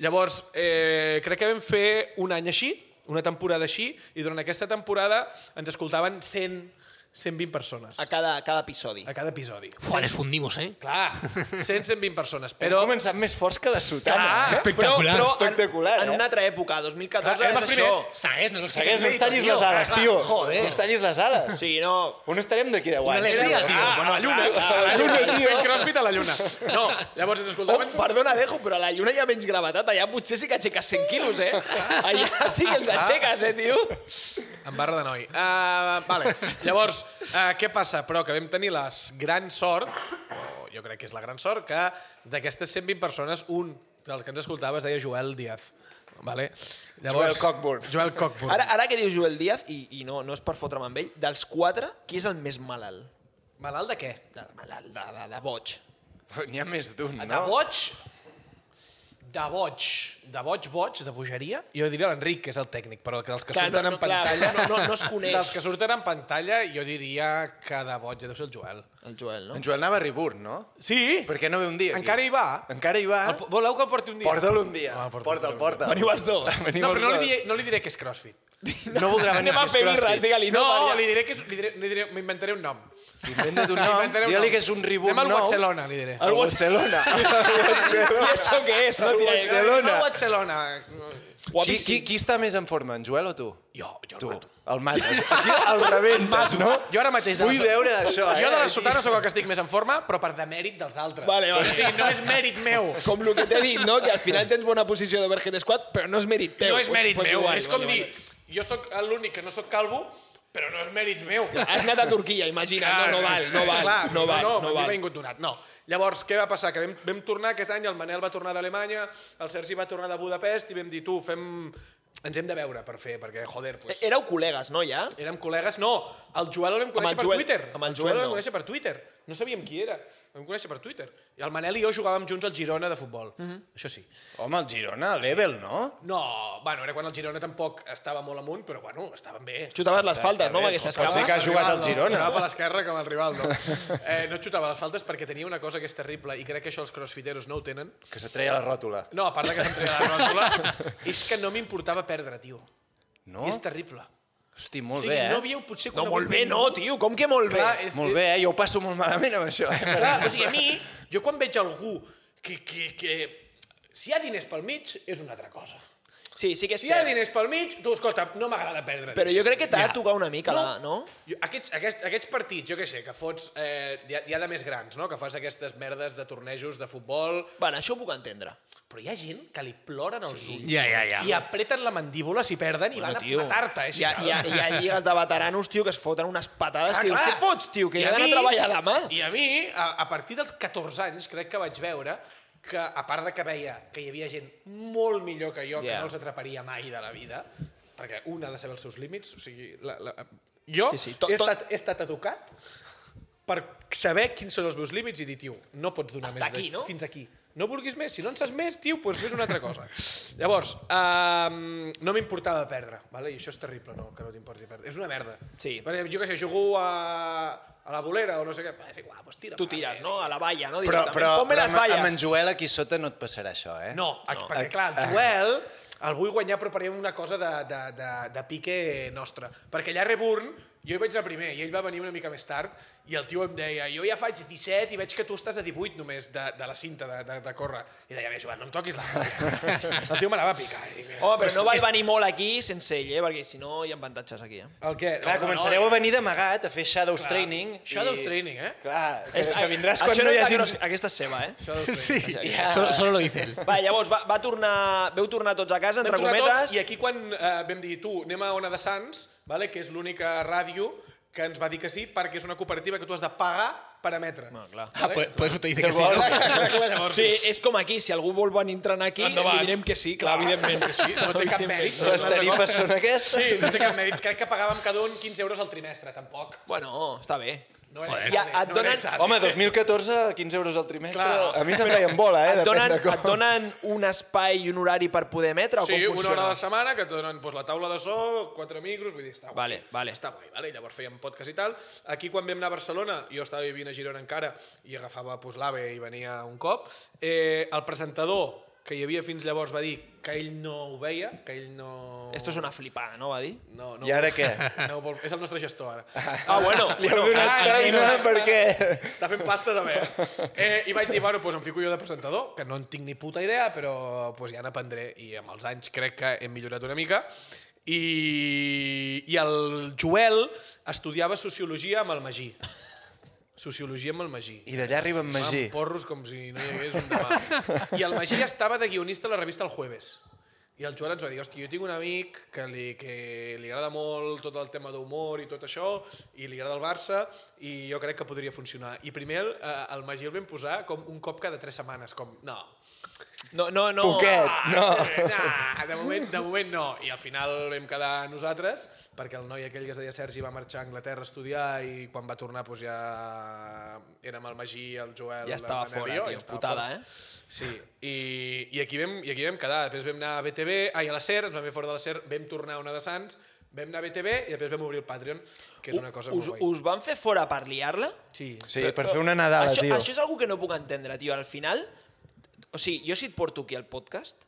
Llavors, eh, crec que vam fer un any així, una temporada així, i durant aquesta temporada ens escoltaven 100, 120 persones A cada, a cada episodi. a cada episodi. Fuá, les fundimos, ¿eh? Clar, 100, 120 persones, Però... però... Hem començat més forts que la sotana. Ah, eh? espectacular. Però, però, Espectacular, espectacular, en, eh? en una altra època, 2014, Clar, érem és els això. primers. ¿Sabes? No, lo sé Segueix, qué no has es visto, tallis tío. les ales, tio. Joder. No es tallis les ales. Sí, no, On estarem d'aquí 10 Una anys? alegria, tio. Ah, Bueno, a la lluna, a la lluna, tio. Fent crossfit a la lluna. No, llavors ens Oh, escoltaven... perdona, Alejo, però a la lluna hi ha menys gravetat. Allà potser sí que aixeques 100 quilos, eh? Allà sí que els aixeques, eh, tio? En barra de noi. Uh, vale. Llavors, uh, què passa? Però que vam tenir la gran sort, o jo crec que és la gran sort, que d'aquestes 120 persones, un dels que ens escoltava es deia Joel Díaz. Vale? Joel Cockburn. Joel Cockburn. Ara, ara que dius Joel Díaz, i, i no, no és per fotre'm amb ell, dels quatre, qui és el més malalt? Malalt de què? De, malalt, de, de, de boig. N'hi ha més d'un, De no? boig, de boig, de boig, boig, de bogeria, jo diria l'Enric, que és el tècnic, però que dels que Clar, surten no, no, en clar, pantalla... no- no- no [LAUGHS] es coneix. Dels que surten en pantalla, jo diria que de boig deu ser el Joel. El Joel, no? En Joel anava a Riburn, no? Sí, Eh? Per què no ve un dia aquí? encara hi va. Encara hi va. El, voleu que el porti un dia? Porta'l un dia. Ah, porta'l, Porta'l, porta'l. Veniu els dos. Veniu No, els però no li, dos. diré, no li diré que és CrossFit. No voldrà venir Anem a si és fer birres, CrossFit. digue-li. No, No, li diré que és... Li diré, li diré, M'inventaré un nom. Inventa't un nom, M'inventaré un digue-li nom. que és un reboot Anem al nou. Barcelona, li diré. Al [LAUGHS] Barcelona. Al I Barcelona. això què és, no? Diré, Barcelona. Anem al Barcelona. Qui, Guapíssim. qui, qui està més en forma, en Joel o tu? Jo, jo el Tu. mato. El mates. [LAUGHS] Aquí el rebentes, no? Jo ara mateix... de Vull la- veure això, eh? Jo de les sotanes sóc el que estic més en forma, però per demèrit dels altres. Vale, vale. O sigui, no és mèrit meu. Com el que t'he dit, no? Que al final tens bona posició de Verget Squad, però no és mèrit teu. No és mèrit Pues meu. igual, és com vale, dir, jo sóc l'únic que no sóc calvo, però no és mèrit meu. vale. Has anat a Turquia, imagina. Clar, Ah, no, no val, no val, clar, no val, no, no, a mi val. m'ha vingut donat, no. Llavors, què va passar? Que vam, vam tornar aquest any, el Manel va tornar d'Alemanya, el Sergi va tornar de Budapest i vam dir, tu, fem... Ens hem de veure per fer, perquè, joder, pues, Eh, Éreu col·legues, no, ja? Érem col·legues, no, el Joel el vam Amb el conèixer per Joel- Twitter. amb el Joel Joel el no. vam conèixer per Twitter. No sabíem qui era, el vam conèixer per Twitter. I el Manel i jo jugàvem junts al Girona de futbol, això sí. Home, el Girona, l'Evel, no? No, bueno, era quan el Girona tampoc estava molt amunt, però bueno, estaven bé. Xutaves les faltes, no, amb aquestes Pot ser que cames? has jugat al Girona. Jugava a l'esquerra com el rival, no. Eh, no xutava les faltes perquè tenia una cosa que és terrible i crec que això els crossfiteros no ho tenen. Que se treia la ròtula. No, a part de que se'm treia la ròtula, és que no m'importava perdre, tio. No? I és terrible. Hosti, O molt sigui, bé, eh? no havíeu potser... No, conegut molt bé, no, ningú. tio, com que molt bé? Clar, és, Molt bé, eh? Jo ho passo molt malament amb això. eh? Clar, o sigui, a mi, jo quan veig algú que, que, que... Si hi ha diners pel mig, és una altra cosa. Sí, sí que és Si hi ha cert. diners pel mig, tu, escolta, no m'agrada perdre. Però jo crec que t'ha Ja. de tocar una mica, la, no? Jo, aquests, aquests, aquests partits, jo què sé, que fots... Eh, hi, ha, hi ha de més grans, no?, que fas aquestes merdes de tornejos de futbol... Bueno, això ho puc entendre. Però hi ha gent que li ploren els ulls Ja, ja, ja. i apreten la mandíbula si perden i van a matar-te. Eh, si Hi ha, hi, ha, hi ha lligues de veteranos, tio, que es foten unes patades, tio. Què fots, tio? Que Ah, I ja he a d'anar mi- a treballar demà. I a mi, a, a partir dels 14 anys, crec que vaig veure que, a part de que veia que hi havia gent molt millor que jo, que Ja. no els atraparia mai de la vida, perquè un ha de saber els seus límits, o sigui, la, la, jo Sí, sí, tot- he, tot- estat, he estat educat per saber quins són els meus límits i dir, tio, no pots donar Hasta més aquí, de, no? fins aquí. No vulguis més, si no en saps més, tio, doncs fes una altra [LAUGHS] cosa. Llavors, um, no m'importava perdre, vale? i això és terrible, no, que no t'importi perdre. És una merda. Sí. Perquè jo que sé, jugo a, a la bolera o no sé què, és igual, doncs tira. Tu tires, no? A la valla, no? Però, Directament. però, Ponme però les amb, amb en valles. Joel aquí sota no et passarà això, eh? No, no, perquè clar, el Joel el vull guanyar però per una cosa de, de, de, de pique nostra. Perquè allà a Reburn jo hi vaig anar primer i ell va venir una mica més tard i el tio em deia, jo ja faig 17 i veig que tu estàs a 18 només de, de la cinta de, de, de córrer. I deia, bé, Joan, no em toquis la... el tio me la va picar. eh, I, dic, Oh, però no vaig venir molt aquí sense ell, eh? Perquè si no hi ha avantatges aquí, eh? El que... Clar, començareu a venir d'amagat a fer shadows training. Shadows eh. training, eh? Clar, és que vindràs Això quan no hi és la hagi... gros- Aquesta és seva, eh? Sí, solo, solo lo dice él. Va, llavors, va, va tornar... Veu tornar tots a casa, entre Vam tornar cometes. tots, I aquí quan eh, vam dir, tu, anem a Ona de Sants, vale? que és l'única ràdio que ens va dir que sí, perquè és una cooperativa que tu has de pagar per emetre. No, clar. Ah, pues, por eso te dice que sí. ¿no? Llavors, Sí, és com aquí, si algú vol venir entrant aquí, Endavant. li direm que sí, clar, evidentment. eh, [LAUGHS] que sí, no té cap mèrit. Les tarifes són aquestes? Sí, no té cap mèrit. Crec que pagàvem cada un 15 euros al trimestre, tampoc. Bueno, està bé. No era Joder. sabe, Ja, et no donen- era sabe. Home, 2014, 15 euros al trimestre. Clar. A mi se'm deia en bola, eh? Et Depèn donen, de com. et donen un espai i un horari per poder emetre o Sí, com una hora funciona? a la setmana que et donen doncs, la taula de so, quatre micros, vull dir, està guai. Vale, vale. Està guai, vale? Llavors fèiem podcast i tal. Aquí quan vam anar a Barcelona, jo estava vivint a Girona encara i agafava pues, l'AVE i venia un cop, eh, el presentador que hi havia fins llavors va dir que ell no ho veia, que ell no... Esto es una flipada, no va dir? No, no I ara ho- què? [LAUGHS] No, ho vol... És el nostre gestor, [LAUGHS] ara. Ah, bueno. Li heu donat feina perquè... Està fent pasta també. Eh, I vaig dir, bueno, doncs em fico jo de presentador, que no en tinc ni puta idea, però doncs ja n'aprendré. I amb els anys crec que hem millorat una mica. I, I el Joel estudiava Sociologia amb el Magí. Sociologia amb el Magí. I d'allà arriba en Magí. Amb porros com si no hi hagués un demà. I el Magí estava de guionista a la revista El Jueves. I el Joan ens va dir, hòstia, jo tinc un amic que li, que li agrada molt tot el tema d'humor i tot això, i li agrada el Barça, i jo crec que podria funcionar. I primer el, eh, el Magí el vam posar com un cop cada tres setmanes, com, no, No, no, no. Poquet, no. Ah, nah, de, moment, de moment no. I al final vam quedar nosaltres, perquè el noi aquell que es deia Sergi va marxar a Anglaterra a estudiar i quan va tornar doncs ja érem el Magí, el Joel... Ja estava el Manel fora, i jo, tio, estava putada, fora. eh? Sí, i, i, aquí vam, i aquí vam quedar. Després vam anar a BTV, ai, a la SER, ens vam fer fora de la SER, vam tornar a una de Sants, vam anar a BTV i després vam obrir el Patreon, que és una cosa us, molt guai. us van fer fora per liar-la? Sí. Sí, per fer una Nadala, això, tio. això és algo que no puc entendre, tio. Al final, o sigui, jo si et porto aquí al podcast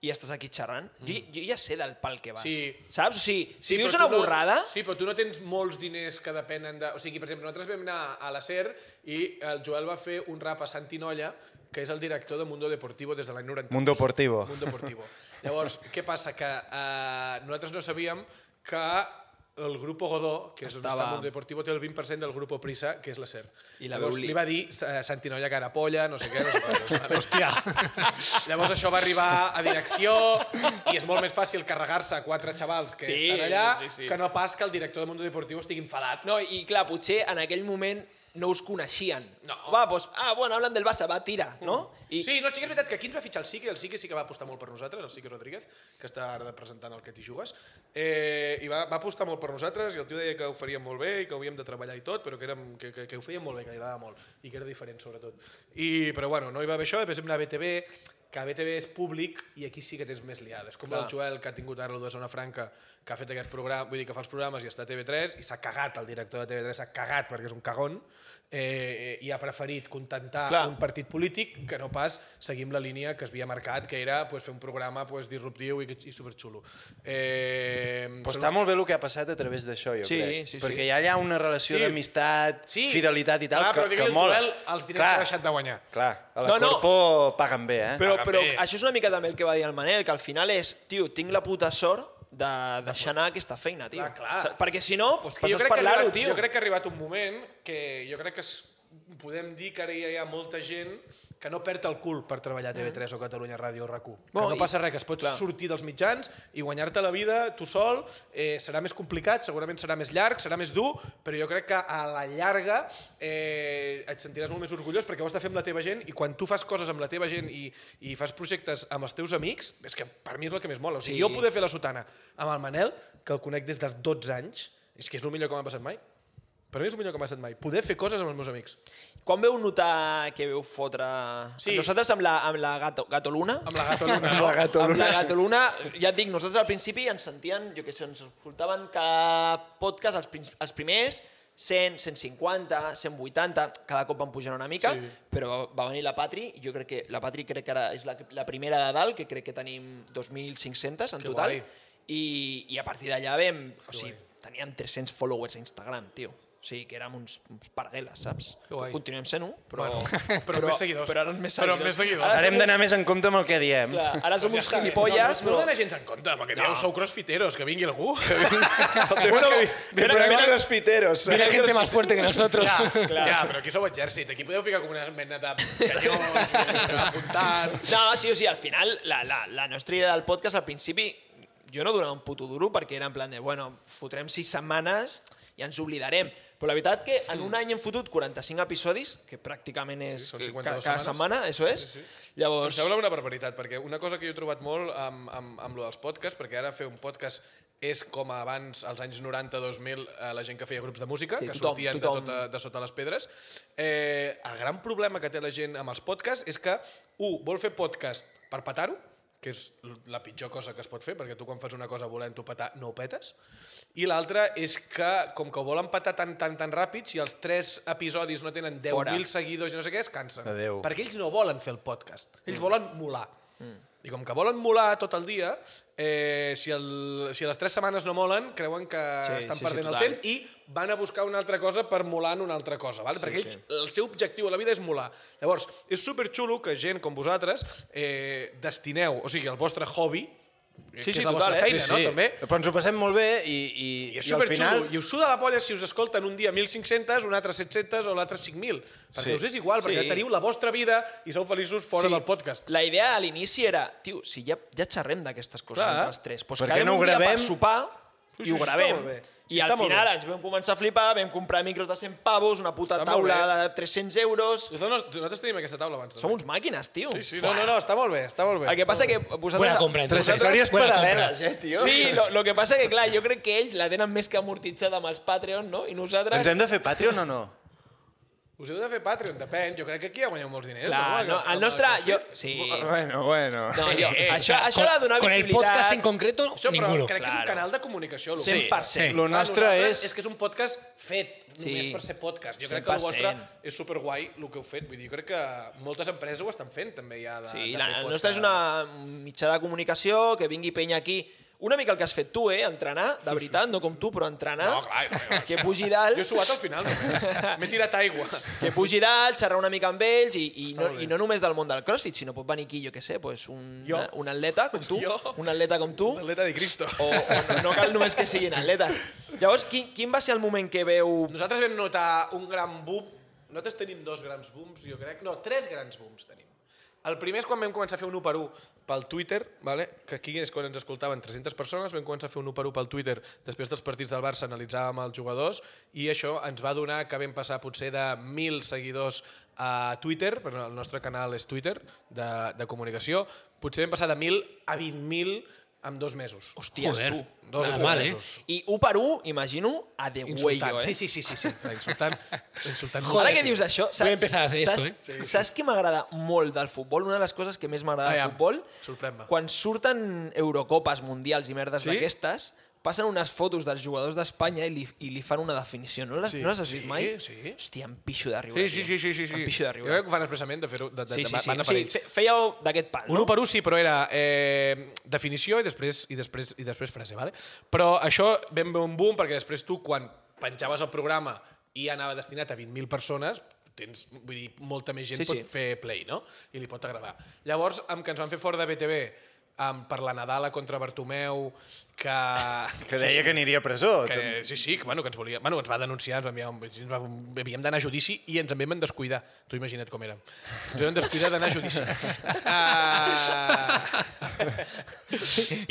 i estàs aquí xerrant, jo, jo ja sé del pal que vas. Mm. Sí. Saps? O sigui, si però dius tu una no- borrada... Sí, però tu no tens molts diners que depenen de... O sigui, per exemple, nosaltres vam anar a la SER i el Joel va fer un rap a Santinolla, que és el director de Mundo Deportivo des de l'any 90. Mundo Deportivo. Mundo Deportivo. Llavors, què passa? Que eh, nosaltres no sabíem que el grup Godó, que és Estava... on Estava- està Mundo Deportivo, té el 20% del grup Prisa, que és la SER. I la Llavors, veu li- li va dir eh, Santinolla Carapolla, no sé què, no sé [LAUGHS] què. Hòstia. [LAUGHS] Llavors això va arribar a direcció i és molt més fàcil carregar-se a quatre xavals que Sí, estan allà sí, sí. que no pas que el director de Mundo Deportivo estigui enfadat. No, i clar, potser en aquell moment no us coneixien. No. Va, doncs, ah, bueno, hablen del Barça, va, tira, no? I, Mm. Sí, no, sí que és veritat que aquí ens va fitxar el Sique, el Sique sí que va apostar molt per nosaltres, el Sique Rodríguez, que està ara presentant el que t'hi jugues, eh, i va, va apostar molt per nosaltres, i el tio deia que ho faríem molt bé i que ho havíem de treballar i tot, però que, érem, que, que, que ho fèiem molt bé, que li agradava molt, i que era diferent sobretot. I, però bueno, no hi va haver això, després hem anat a BTV, que a BTV és públic i aquí sí que tens més liades. Com Clar. el Joel, que ha tingut ara el de Zona Franca, que ha fet aquest programa, vull dir que fa els programes i està a TV3, i s'ha cagat, el director de TV3 s'ha cagat perquè és un cagón, eh, eh, i ha preferit contentar Clar. Clar. un partit polític que no pas seguim la línia que es havia marcat, que era pues, fer un programa pues, disruptiu i, i superxulo. Eh, Però està molt bé el que ha passat a través d'això, jo Sí, crec. sí, sí. Perquè hi ha allà una relació Sí. d'amistat, Sí. fidelitat i tal, Clar, però que, que digue-li al mola. Joel, els diners Clar, que ha deixat de guanyar. Clar, a la No, no. Corpo paguen bé, eh? però, però bé. això és una mica també el que va dir el Manel, que al final és, tio, tinc la puta sort de deixar anar aquesta feina, tio. Clar, clar. O sigui, perquè si no, doncs que passes jo crec per que, ha l'aro, arribat, tio. jo crec que ha arribat un moment que jo crec que es, podem dir que ara ja hi ha molta gent que no perd el cul per treballar a Mm. TV3 o Catalunya Ràdio o RAC1. Que Bueno, no i- passa res, que es pot clar. sortir dels mitjans i guanyar-te la vida tu sol. Eh, serà més complicat, segurament serà més llarg, serà més dur, però jo crec que a la llarga eh, et sentiràs molt més orgullós perquè ho has de fer amb la teva gent i quan tu fas coses amb la teva gent i, i fas projectes amb els teus amics, és que per mi és el que més mola. O sigui, Sí. jo poder fer la sotana amb el Manel, que el conec des dels 12 anys, és que és el millor que m'ha passat mai. Per mi és el millor que m'ha passat mai. Poder fer coses amb els meus amics. Quan veu notar que veu fotre... Sí. Nosaltres amb la, amb la gato, Gatoluna... Amb la gata Luna. Amb la gatoluna. Amb la Gatoluna, ja et dic, nosaltres al principi ens sentien, jo que sé, ens escoltaven cada podcast, els, prim- els primers, 100, 150, 180, cada cop van pujant una mica, sí. però va, va venir la Patri, i jo crec que la Patri crec que ara és la, la primera de dalt, que crec que tenim 2.500 en Que total, guai. i, i a partir d'allà vam... O sigui, teníem 300 followers a Instagram, tio. O sigui, que érem uns, uns pargueles, saps? Que guai. Continuem sent-ho, però... Bueno, però, però, més seguidors. Però ara amb més Però seguidors. amb més seguidors. Ara, Ara hem som, d'anar més en compte amb el que diem. clar, ara som uns gilipolles, no, no, no, però... no, gens en compte, perquè no. sou crossfiteros, que vingui algú. [LAUGHS] Bueno, de programa los piteros. [LAUGHS] Viene gente más fuerte que nosotros. ja, ja, però aquí sou exèrcit, aquí podeu ficar com una mena de canyó, apuntat... No, sí, o sigui, al final, la, la, la nostra idea del podcast, al principi, jo no donava un puto duro perquè era en plan de, bueno, fotrem sis setmanes i ens oblidarem. Però la veritat que en un any hem fotut 45 episodis, que pràcticament és són sí, cada, 52 cada setmana, setmanes. això és. Sí, sí. Llavors, Em sembla una barbaritat, perquè una cosa que jo he trobat molt amb, amb, amb lo dels podcasts, perquè ara fer un podcast és com abans, als anys 90-2000, eh, la gent que feia grups de música, Sí, que tothom, sortien tothom. de, tota, de sota les pedres. Eh, el gran problema que té la gent amb els podcasts és que, un, vol fer podcast per petar-ho, que és l- la pitjor cosa que es pot fer, perquè tu quan fas una cosa volent-ho petar, no ho petes. I l'altra és que, com que ho volen petar tan, tan, tan ràpid, si els tres episodis no tenen Fora. 10.000 seguidors i no sé què, es cansen. Adéu. Perquè ells no volen fer el podcast, ells volen molar. Mm. I com que volen molar tot el dia, eh, si, el, si les tres setmanes no molen, creuen que Sí, sí, estan sí, sí, sí, perdent sí, el total. temps i van a buscar una altra cosa per molar en una altra cosa. Val? Perquè ells, sí. el seu objectiu a la vida és molar. Llavors, és superxulo que gent com vosaltres eh, destineu, o sigui, el vostre hobby, Sí, que sí, és la total, vostra eh? feina, no? També. Però ens ho passem molt bé i, i, I és i al superxulo. final... I us suda la polla si us escolten un dia 1.500, un altre 700 o l'altre 5.000. Perquè Sí. us és igual, perquè Sí. teniu la vostra vida i sou feliços fora sí. del podcast. La idea a l'inici era, tio, si ja, ja xerrem d'aquestes coses Clar. entre els tres, doncs Per què quedem no ho un dia per gravem? sopar Sí, i sí, ho sí, està gravem. molt bé. I Sí, al està molt final bé. ens vam començar a flipar, vam comprar micros de 100 pavos, una puta Està molt taula bé. de 300 euros... Nosaltres, nosaltres tenim aquesta taula abans. també. Som uns màquines, tio. Sí, sí, no, no, no, està molt bé, està molt bé. El que passa que vosaltres... Buena compra, entonces. Tres Vosaltres- hectàrees Buena compra. paral·leles, eh, tio? Sí, lo, lo que passa que, clar, jo crec que ells la tenen més que amortitzada amb els Patreon, no? I nosaltres... Ens hem de fer Patreon o no? Us heu de fer Patreon, depèn. Jo crec que aquí ja guanyeu molts diners. Clar, Amb no, amb el nostre... perfil. Jo, sí. Bueno, bueno. No, Sí, jo, eh, o això, sea, això con- ha de donar Con el visibilitat... podcast en concreto, Això, però ninguno. crec que és un Claro. canal de comunicació. el vostre. 100%. Sí. Lo Clar, nostre nosaltres- és... És que és un podcast fet, Sí. només per ser podcast. Jo crec que el 100%. vostre és superguai el que heu fet. Vull dir, jo crec que moltes empreses ho estan fent, també, ja, de, Sí, de la, fer la nostra és podcast. una mitjà de comunicació, que vingui penya aquí. una mica el que has fet tu, eh? Entrenar, de veritat, no com tu, però entrenar. No, clar, clar, que pugi dalt, Jo he suat al final. només. M'he tirat aigua. que pugi dalt, xerrar una mica amb ells i, i, no, i no només del món del crossfit, sinó pot venir aquí, jo què sé, pues un, Jo. un atleta com tu, Jo. un atleta com tu, Atleta de Cristo. o, o no, no cal només que siguin atletes. Llavors, quin, quin va ser el moment que veu... Nosaltres vam notar un gran boom. Nosaltres tenim dos grans booms, jo crec. No, tres grans booms tenim. El primer és quan vam començar a fer un 1 per 1 pel Twitter, vale? que aquí és quan ens escoltaven 300 persones, vam començar a fer un 1 per 1 pel Twitter, després dels partits del Barça analitzàvem els jugadors i això ens va donar que vam passar potser de 1.000 seguidors a Twitter, però el nostre canal és Twitter de, de comunicació, potser vam passar de 1.000 a 20.000 en dos mesos. Hòsties, Joder, tu. Dos o nada tres mal, eh? mesos. I 1 per 1, imagino, a de huello, eh? Insultant. Sí, sí, sí, sí, sí. [LAUGHS] Insultant. insultant Ara que dius això, saps, Voy a empezar a hacer esto, eh? saps, saps què m'agrada molt del futbol? Una de les coses que més m'agrada del Aviam, futbol, sorprèn-me. quan surten Eurocopes, Mundials i merdes Sí? d'aquestes, passen unes fotos dels jugadors d'Espanya i, li, i li fan una definició. No les, Sí. no les has vist Sí, mai? sí. Hòstia, em pixo de riure. Sí, sí, sí, sí, sí, sí. eh, Em pixo de Jo riure. crec que ho fan expressament de fer-ho, de, de, Sí, sí, de, sí. van O a per sigui, ells. fe- fèieu d'aquest pal, Un no? 1 per 1 sí, però era eh, definició i després, i després, i després frase, vale? Però això vam veure un boom perquè després tu, quan penjaves el programa i anava destinat a 20.000 persones, tens, vull dir, molta més gent Sí, sí, sí. pot fer play, no? I li pot agradar. Llavors, amb que ens van fer fora de BTV, amb per la Nadala contra Bartomeu, que... Que deia que aniria a presó. Que, sí, sí, que, bueno, que ens, volia, bueno, que ens va denunciar, ens va enviar un, ens va, havíem d'anar a judici i ens en vam descuidar. Tu imagina't com érem. Ens vam descuidar d'anar a judici. Ah,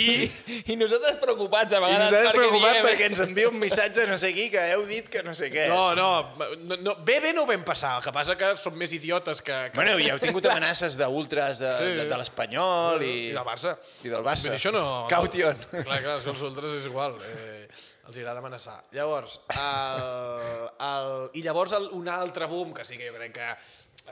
I, I nosaltres preocupats a I vegades. nosaltres eh, preocupats diem- perquè ens envia un missatge no sé qui que heu dit que no sé què. no, no, no, no, bé, bé no ho vam passar. El que passa que som més idiotes que... que Bueno, i heu tingut amenaces d'ultres de, de, de l'Espanyol i... i del Barça. I del Barça. Vull dir, això no... Caution. Clar, clar, els ultras és igual. Eh, els agrada amenaçar. Llavors, el, el, i llavors el, un altre boom, que sí que jo crec que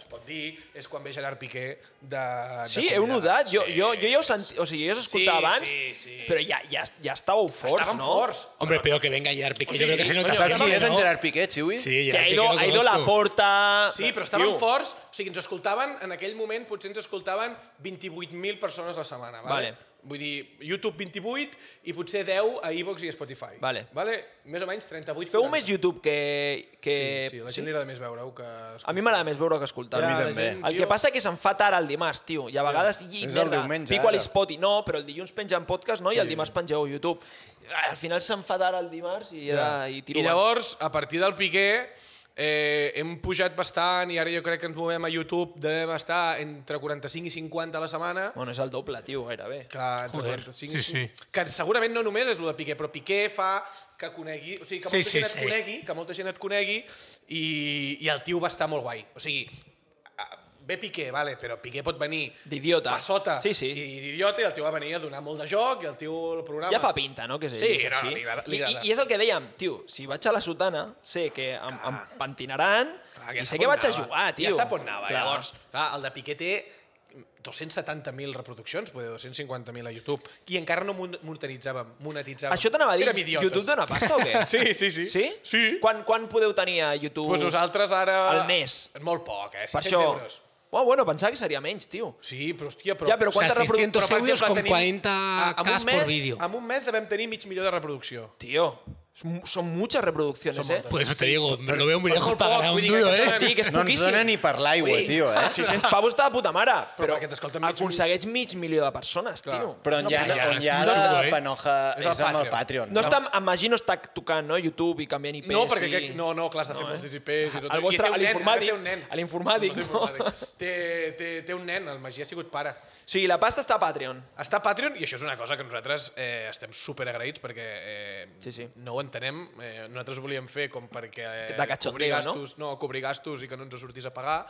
es pot dir, és quan ve Gerard Piqué de... de Sí, heu convidat. notat? Jo, Sí. jo, jo ja us senti... O sigui, jo us escoltava Sí, abans, sí, sí. però ja, ja, ja estàveu forts, Estaven no? forts. Hombre, peor que venga Gerard Piqué. Yo creo que se nota. Saps bastante, qui és en ¿no? Gerard Piqué, Xiui? Sí, Que Gerard ha Piqué ido, lo ha ido la conozco. porta... Sí, però estaven Tio. forts, o sigui, ens escoltaven, en aquell moment potser ens escoltaven 28.000 persones la setmana, vale? Vale. Vull dir, YouTube 28 i potser 10 a iVoox i Spotify. Vale. vale? Més o menys 38. Feu 40. més YouTube que... que... Sí, sí, la gent li agrada més veure-ho que... A mi m'agrada més veure que escoltar. A mi Ja, la també. gent, El que tio, passa que se'n fa tard el dimarts, tio, i a vegades... I, És el merda, diumenge, eh, Pico a ara. l'Spoti. No, però el dilluns pengen podcast, no? I el dimarts pengeu YouTube. Ah, Al final se'n fa tard el dimarts i, ja. i tiro I llavors, a partir del Piqué, eh, hem pujat bastant i ara jo crec que ens movem a YouTube, devem estar entre 45 i 50 a la setmana. abans. Bueno, és el doble, tio, gairebé. Que, entre 45, Sí, sí. que segurament no només és el de Piqué, però Piqué fa que conegui, o sigui, que molta Sí, sí, gent et sí. conegui, que molta gent et conegui i, i el tio va estar molt guai. O sigui, a- ve Piqué, vale, però Piqué pot venir D'idiota. passota Sí, sí. i d'idiota i el tio va venir a donar molt de joc i el tio el programa... Ja fa pinta, no? Que és, Sí, és no, així. li agrada- li I- agrada. I, I és el que dèiem, tio, si vaig a la sotana, sé que em, em pentinaran Clar, ja i sap sé que on vaig a anava. jugar, tio. Ja sap on anava. Clar. Llavors, clar, el de Piqué té 270.000 reproduccions, poder 250.000 a YouTube, i encara no mon- monetitzàvem. monetitzàvem. Això t'anava a dir, Érem idiotes. YouTube dona pasta o què? [LAUGHS] Sí, sí, sí. Sí? Sí. Quan, quan podeu tenir a YouTube? Pues nosaltres ara... Al mes. Molt poc, eh? per 600 això... euros. Oh, bueno, pensava que seria menys, tio. Sí, però hòstia, però... Ja, però O sea, quantes reproduccions... 600 per euros exemple, con tenim- 40 en un cas por mes- vídeo. En un mes devem tenir mig milió de reproducció. Tío, es mu- son muchas reproducciones, Son ¿eh? moltes. Por eso te digo, me lo veo muy Por lejos favor, para ganar un cuida que duro, te ¿eh? toca- Sí, que és No ens poquíssim. dona ni per l'aigua, Ui. tio, eh? 600 pavos està de puta mare, però, perquè t'escolten mig milió. aconsegueix mig milió de persones, Clar. tio. Però on hi ha, No, ja, on hi ha és la xulo, eh? panoja és, És el amb el Patreon. Patreon. No està, imagino està tocant, no?, YouTube i canviant IPs. No, perquè i... aquest, no, no, clar, has de fer No, eh? molts IPs i tot. Al I vostre- té un a nen, l'informàtic, ara té un nen. a l'informàtic, El nostre no? [LAUGHS] informàtic. Té, té, té un nen, el Magí ha sigut pare. Sí, la pasta està a Patreon. Està a Patreon i això és una cosa que nosaltres eh, estem super agraïts perquè eh, Sí, sí. no ho entenem. Eh, nosaltres ho volíem fer com perquè eh, De cachondeo, cobrir no? gastos, no? cobrir gastos i que no ens sortís a pagar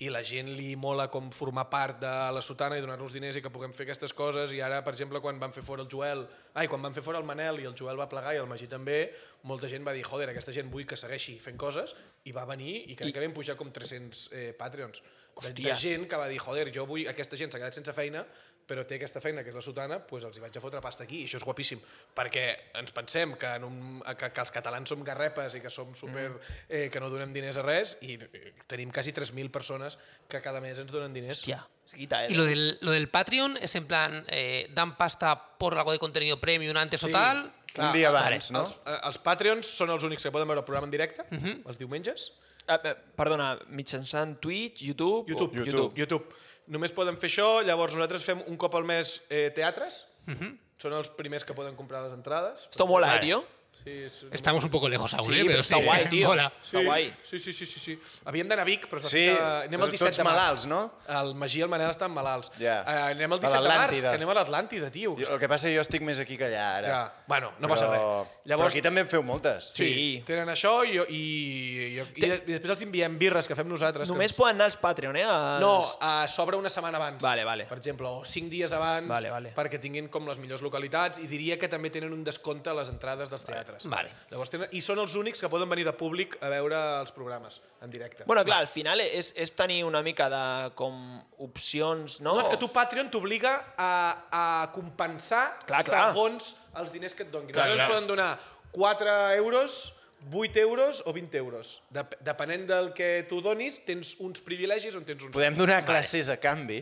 i la gent li mola com formar part de la sotana i donar-nos diners i que puguem fer aquestes coses i ara, per exemple, quan van fer fora el Joel, ai, quan van fer fora el Manel i el Joel va plegar i el Magí també, molta gent va dir, joder, aquesta gent vull que segueixi fent coses i va venir i crec I- que vam pujar com 300 eh, Patreons. De- De Hòsties. gent gent que va dir, joder, jo vull, aquesta gent s'ha quedat sense feina però té aquesta feina que és la sotana, doncs els hi vaig a fotre pasta aquí, i això és guapíssim, perquè ens pensem que, en un, que, que els catalans som garrepes i que som super... Eh, que no donem diners a res, i eh, tenim quasi 3.000 persones que cada mes ens donen diners. Hostia, se quita, ¿eh? Y lo del, lo del Patreon es en plan, eh, dan pasta por algo de contenido premium antes o tal. Un dia abans, no? Els, eh, els Patreons són els únics que poden veure el programa en directe, els diumenges, Ah, eh, perdona, mitjançant Twitch, YouTube... YouTube, o- YouTube, YouTube. Només poden fer això, llavors nosaltres fem un cop al mes eh, teatres. Són els primers que poden comprar les entrades. Esto mola, eh, tío. Estamos un poco lejos aún, Sí, eh, pero está [LAUGHS] guay, tío. mola. Està guai. Sí, sí, sí, sí, sí. Havíem d'anar a Vic, però s'ha Sí, fet a- anem el 17 tots de març. malalts, no? El Magí i el Manel estan malalts. Ja. Eh, anem el A 17 de març, l'Atlàntida. que anem a l'Atlàntida, tio. Jo, el que passa és que jo estic més aquí que allà, ara. Ja. Bueno, no passa res. Llavors... Però aquí també en feu moltes. Sí, Sí. tenen això i, jo- i, i, i, i després els enviem birres que fem nosaltres. que Només ens- poden anar als Patreon, eh? Als... No, uh, s'obre una setmana abans. Vale, vale. Per exemple, o cinc dies abans, Vale, vale. perquè tinguin com les millors localitats i diria que també tenen un descompte a les entrades dels teatres. Vale. Llavors tenen, I són els únics que poden venir de públic a veure els programes en directe. Bueno, clar, al final és, és tenir una mica de com opcions, no? no, és que tu Patreon t'obliga a, a compensar Clar, clar. segons els diners que et donguin. Clar, Clar, clar. clar. poden donar 4 euros, 8 euros o 20 euros. Dep depenent del que tu donis, tens uns privilegis o en tens uns... Podem donar classes a canvi.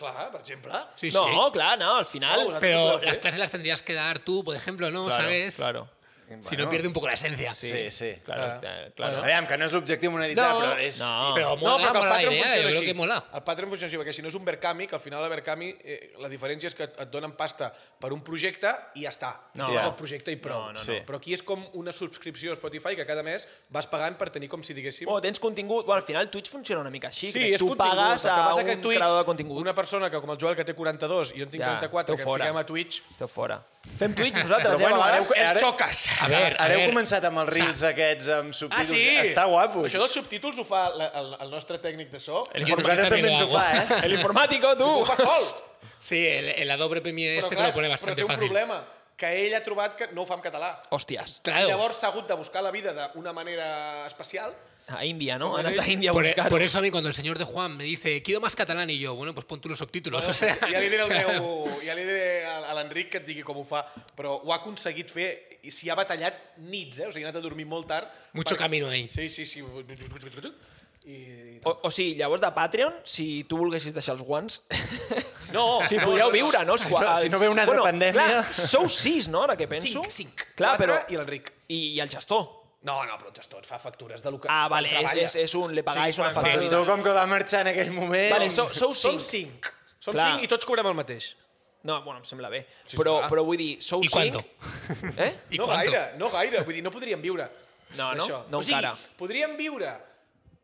Clar, per exemple. Sí, sí. No, clar, no, al final... No, Pero Claro, las ¿eh? clases las tendrías que dar tú, por ejemplo, ¿no? claro, ¿Sabes? Claro, Si no pierde un poco la esencia. Sí, sí. Ah. claro, eh, claro. Bueno. eh. Aviam, que no és l'objectiu monetitzar, No, no, però és... no. Pero mola, però que mola la idea, eh, yo Patreon funciona creo així. que mola. El Patreon funciona així, perquè si no és un Verkami, que al final el Verkami, eh, la diferència és que et et donen pasta per un projecte i ja està. No. No. Ja. Tens el projecte i prou. No, no, no. Sí. Però aquí és com una subscripció a Spotify que cada mes vas pagant per tenir com si diguéssim... Bueno, tens contingut... Bueno, al final Twitch funciona una mica així. crec. és tu contingut, pagues el que a un passa que Twitch, creador de contingut. Una persona que, com el Joel, que té 42 i jo en tinc Ja, 34, esteu que fora. ens fiquem a Twitch... Esteu fora. Fem Twitch nosaltres, Però bueno, eh? a ara vegades. heu- El Ara- xoques! A ver, a Ara heu ver. començat amb els reels aquests amb Ah, subtítols. sí? Està guapo. Això dels subtítols ho fa la, el, el nostre tècnic de so. El Però Nosaltres també ens ho fa, eh? El [LAUGHS] informático, Ho [LAUGHS] tu! fa sol! Sí, el, el Adobe Premiere este te lo pone bastante però té un fácil. problema, que ell ha trobat que no ho fa en català. Hòsties. Claro. I llavors s'ha hagut de buscar la vida d'una manera especial. A Índia, no? Com Ha anat a és? Índia a Por, e- buscar. por eso a mí cuando el señor de Juan me dice quiero más catalán y yo, bueno, pues pon tú los subtítulos. [LAUGHS] o sea, [LAUGHS] Ja li diré, [LAUGHS] el meu, ja li diré a a l'Enric que et digui com ho fa, però ho ha aconseguit fer i s'hi ha batallat nits, eh? O sigui, ha anat a dormir molt tard. Mucho per- camino ahí. Sí, sí, sí. I... O, o sigui, llavors de Patreon, si tu volguessis deixar els [LAUGHS] guants... No, Si podíeu viure, no? Els guants. si no ve una altra pandèmia. Clar, sou sis, no? Ara que penso. Cinc, cinc. Clar, Quatre però... i l'Enric. I, I el gestor. No, no, però el gestor et fa factures de lo que Ah, vale, del treball. és, és, és un... Le pagáis Sí, una quan El factura. gestor, com que va marxar en aquell moment... Vale, sou, sou Som cinc. cinc. Som Clar. cinc i tots cobrem el mateix. No, bueno, em sembla bé. Sí, però, clar. però vull dir, sou cinc... I quanto? [LAUGHS] Eh? ¿Y no cuánto? gaire, no gaire. Vull dir, no podríem viure. No, no, d'això. no o sigui, encara. podríem viure...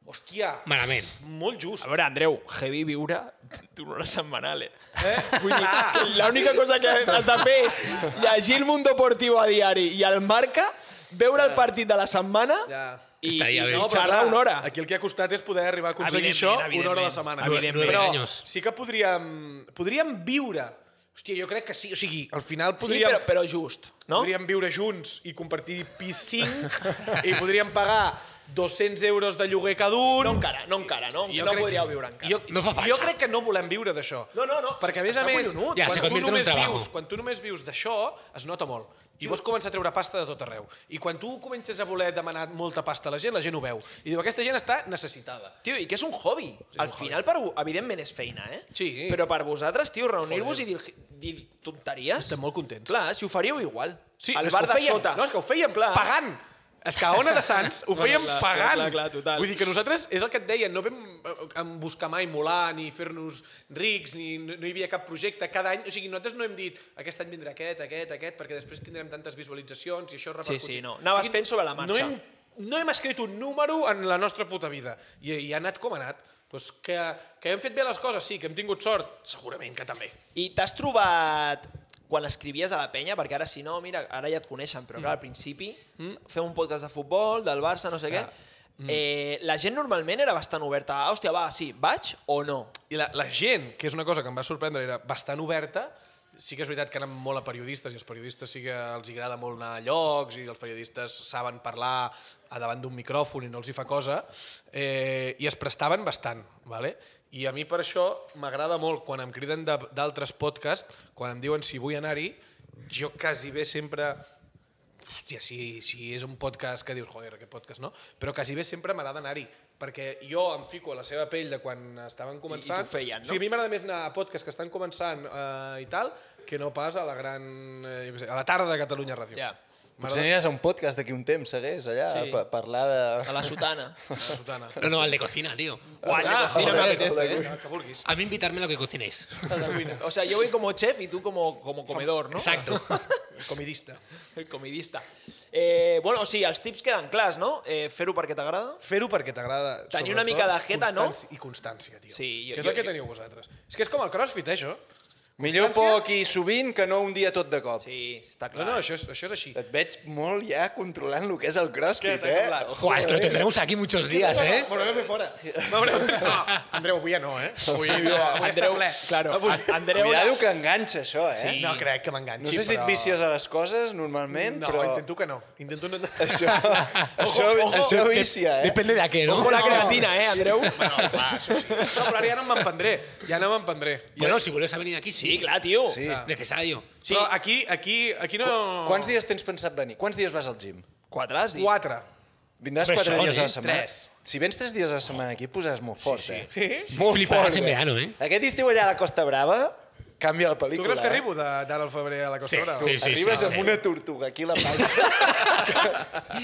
Hòstia, Malament. molt just. A veure, Andreu, heavy viure [LAUGHS] dura una setmanal, eh? [LAUGHS] Eh? Vull dir, L'única cosa que has de fer és llegir el Mundo Deportivo a diari i el Marca, veure el partit de la setmana ja. i, Estaria i bé. no, No, però xerrar clar, una hora. Aquí el que ha costat és poder arribar a aconseguir això Evidentment, una hora a la evidentment. setmana. Evidentment. Però Nueve años. sí que podríem, podríem viure... Hòstia, jo crec que sí. O sigui, al final podríem... sí, però, però just, no? Podríem viure junts i compartir pis 5 [LAUGHS] i podríem pagar 200 euros de lloguer cada un. No encara, no encara, no, Jo no crec- podríeu viure encara. Jo, No fa jo falta. crec que no volem viure d'això. No, no, no, Perquè, a més a està més, collonut. Ja, se quan, convierte en tu un només trabajo. vius, quan tu només vius d'això, es nota molt. I vols començar a treure pasta de tot arreu. I quan tu comences a voler demanar molta pasta a la gent, la gent ho veu. I diu, aquesta gent està necessitada. Tio, i que és un hobby. Al final, per, vo- evidentment, és feina, eh? Sí. Però per vosatres, tio, reunir-vos i dir, dir tonteries... Estem molt contents. Clar, si ho faríeu igual. Sí, Al és bar que ho de fèiem, sota. No, és que ho fèiem clar. pagant. És que a Ona de Sants ho No, no, fèiem clar, pagant. clar, clar, total. Vull dir que nosaltres, és el que et deia, no vam eh, em buscar mai molar, ni fer-nos rics, ni no, no hi havia cap projecte cada any. O sigui, nosaltres no hem dit aquest any vindrà aquest, aquest, aquest, perquè després tindrem tantes visualitzacions i això repercutirà. sí, no. Anaves fent sobre la marxa. No hem, no hem escrit un número en la nostra puta vida. I, i ha anat com ha anat. Pues que, que hem fet bé les coses, sí, que hem tingut sort, segurament que també. I t'has trobat quan escrivies a la penya, perquè ara si no, mira, ara ja et coneixen, però clar, al principi mm. fem un podcast de futbol, del Barça, no sé què, Mm. eh, la gent normalment era bastant oberta. Ah, hòstia, va, sí, vaig o no? I la, la gent, que és una cosa que em va sorprendre, era bastant oberta sí que és veritat que anem molt a periodistes i els periodistes sí que els hi agrada molt anar a llocs i els periodistes saben parlar a davant d'un micròfon i no els hi fa cosa eh, i es prestaven bastant, vale? I a mi per això m'agrada molt quan em criden de- d'altres podcasts, quan em diuen si vull anar-hi, jo quasi bé sempre hòstia, si, si és un podcast que dius, joder, aquest podcast no, però quasi bé sempre m'agrada anar-hi, perquè jo em fico a la seva pell de quan estaven començant. t'ho feien, no? O sigui, a mi m'agrada més anar a podcasts que estan començant eh, i tal, que no pas a la gran, eh, jo què sé, a la tarda de Catalunya Ràdio. Ja. Potser M'agrada aniràs a un podcast d'aquí un temps, segueix, allà, Sí. a pa- parlar de... A la [LAUGHS] sotana. la sotana. No, no, al de cocina, tío. Guau, Ah, de cocina me joder, apetece, joder. eh. El que vulguis. A mí invitarme lo que cocinéis. [LAUGHS] O sea, yo voy como chef y tú como, como comedor, ¿no? Exacto. Comidista. El comidista. Eh, bueno, sí, els tips queden clars, no? Eh, Fer-ho perquè t'agrada. Fer-ho perquè t'agrada, Tenir sobretot, una mica de jeta, no? constància- I constància, tio. Sí, jo- que és el jo- que teniu vosaltres. És que és com el crossfit, eh, això. Millor Constància? poc i sovint que no un dia tot de cop. Sí, està No, clar. no, això és, això és així. Et veig molt ja controlant el que és el Què crossfit, t'ha eh? semblat? Buah, es que lo tendremos aquí muchos días, ¿eh? M'haureu fora. Andreu, avui ja no, eh? Avui ha estat Andreu, ple. claro, a- Andreu, Cuidado que enganxa això, eh? No crec que m'enganxi, No sé si et però- vicies a les coses normalment, No, però... intento que no. Intento no... [LAUGHS] Això, això, això vicia, eh? Depende de a qué, ¿no? Ojo la creatina, eh, Andreu. No, però ara ja no m'emprendré. Ja no m'emprendré. Ja... Bueno, si vuelves a venir aquí, sí. Sí, clar, tio. Sí. Necesario. sí. Però aquí, aquí, aquí no... Quants dies tens pensat venir? Quants dies vas al gym? Quatre has dit? Quatre. Vindràs Però quatre són, dies a eh? la setmana? Tres. Si vens tres dies a la setmana aquí, posaràs molt fort, eh? Sí? Molt Fliparàs fort, en verano, eh? Aquest estiu allà a la Costa Brava, canvia la Tu pel·lícula. creus que eh? arribo de- d'ara al febrer a la Costa Sí, Brava? sí, sí. Arribes amb sí. una tortuga aquí a la panxa.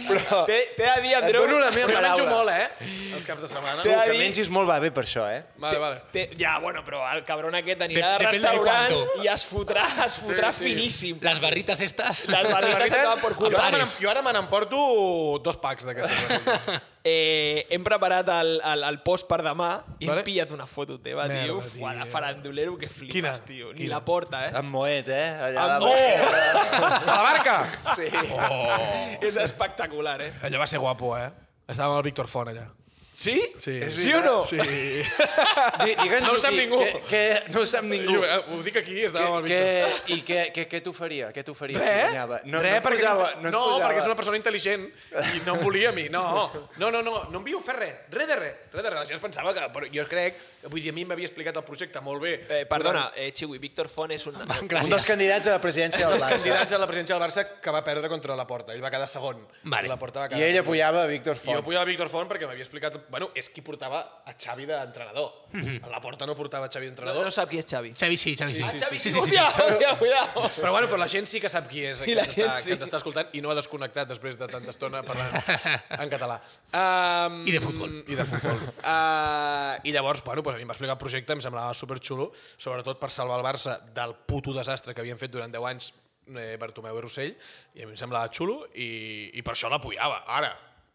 Però Té, té a dir, et Andreu... dono la meva Però jo paraula. menjo molt, eh? Els caps de setmana. Tu, Té- que mengis molt va bé per això, eh? Vale, vale. Té, ja, bueno, però el cabron aquest anirà de Dep- depèn de restaurants cuánto. i es fotrà, es fotrà sí. finíssim. Las barritas estas. Las barritas se van por Jo culo. ara, me Pares. n'em- jo ara me n'emporto dos packs d'aquestes. Eh, hem preparat el, el, el post per demà i Vale. hem pillat una foto teva, Merda, tio. Uf, tio. la farandulero que flipes, Quina? tio. Ni Quina? la porta, eh? Amb Moet, eh? Allà a la- A la barca! Sí. És espectacular, eh? Allò va ser guapo, eh? Estava amb el Víctor Font, allà. Sí? Sí. Sí o no? Sí. Di- Digue'ns No ho sap i- ningú. Que, que, no ho sap ningú. Jo, eh, ho dic aquí, estava amb Que, que, el Víctor. I què que, que t'ho faria? Què t'ho faria si Res? guanyava? No, Res, no, et perquè, posava, és una- no, et no, posava- perquè és una persona intel·ligent i no em volia a mi. No, no, no, no, no em viu fer res. Res de res. Res de res. La gent es pensava que... Però jo crec... Vull dir, a mi m'havia explicat el projecte molt bé. Eh, perdona, eh, Chiwi, Víctor Font és un... Un dels candidats a la presidència del Els Barça. candidats a la presidència del Barça que va perdre contra la Porta. Ell va quedar segon. Vale. La Porta va quedar I ell apoyava a Víctor I jo Font. pujava a Víctor Font perquè m'havia explicat... Bueno, és qui portava a Xavi d'entrenador. A la Porta no portava a Xavi No, d'entrenador. no sap qui és Xavi. [LAUGHS] Ah, Xavi sí, Xavi sí. Xavi, sí, sí, hòstia, hòstia, cuidado. Però bueno, però la gent sí que sap qui és, I que la ens, està, gent sí. que ens està escoltant i no ha desconnectat després de tanta estona [LAUGHS] parlant en català. Um, I de futbol. I de futbol. Uh, I llavors, bueno, doncs a mi em va explicar el projecte, em semblava superxulo, sobretot per salvar el Barça del puto desastre que havien fet durant 10 anys eh, Bartomeu i Rossell, i a mi em semblava xulo i, i per això l'apoyava. Ara,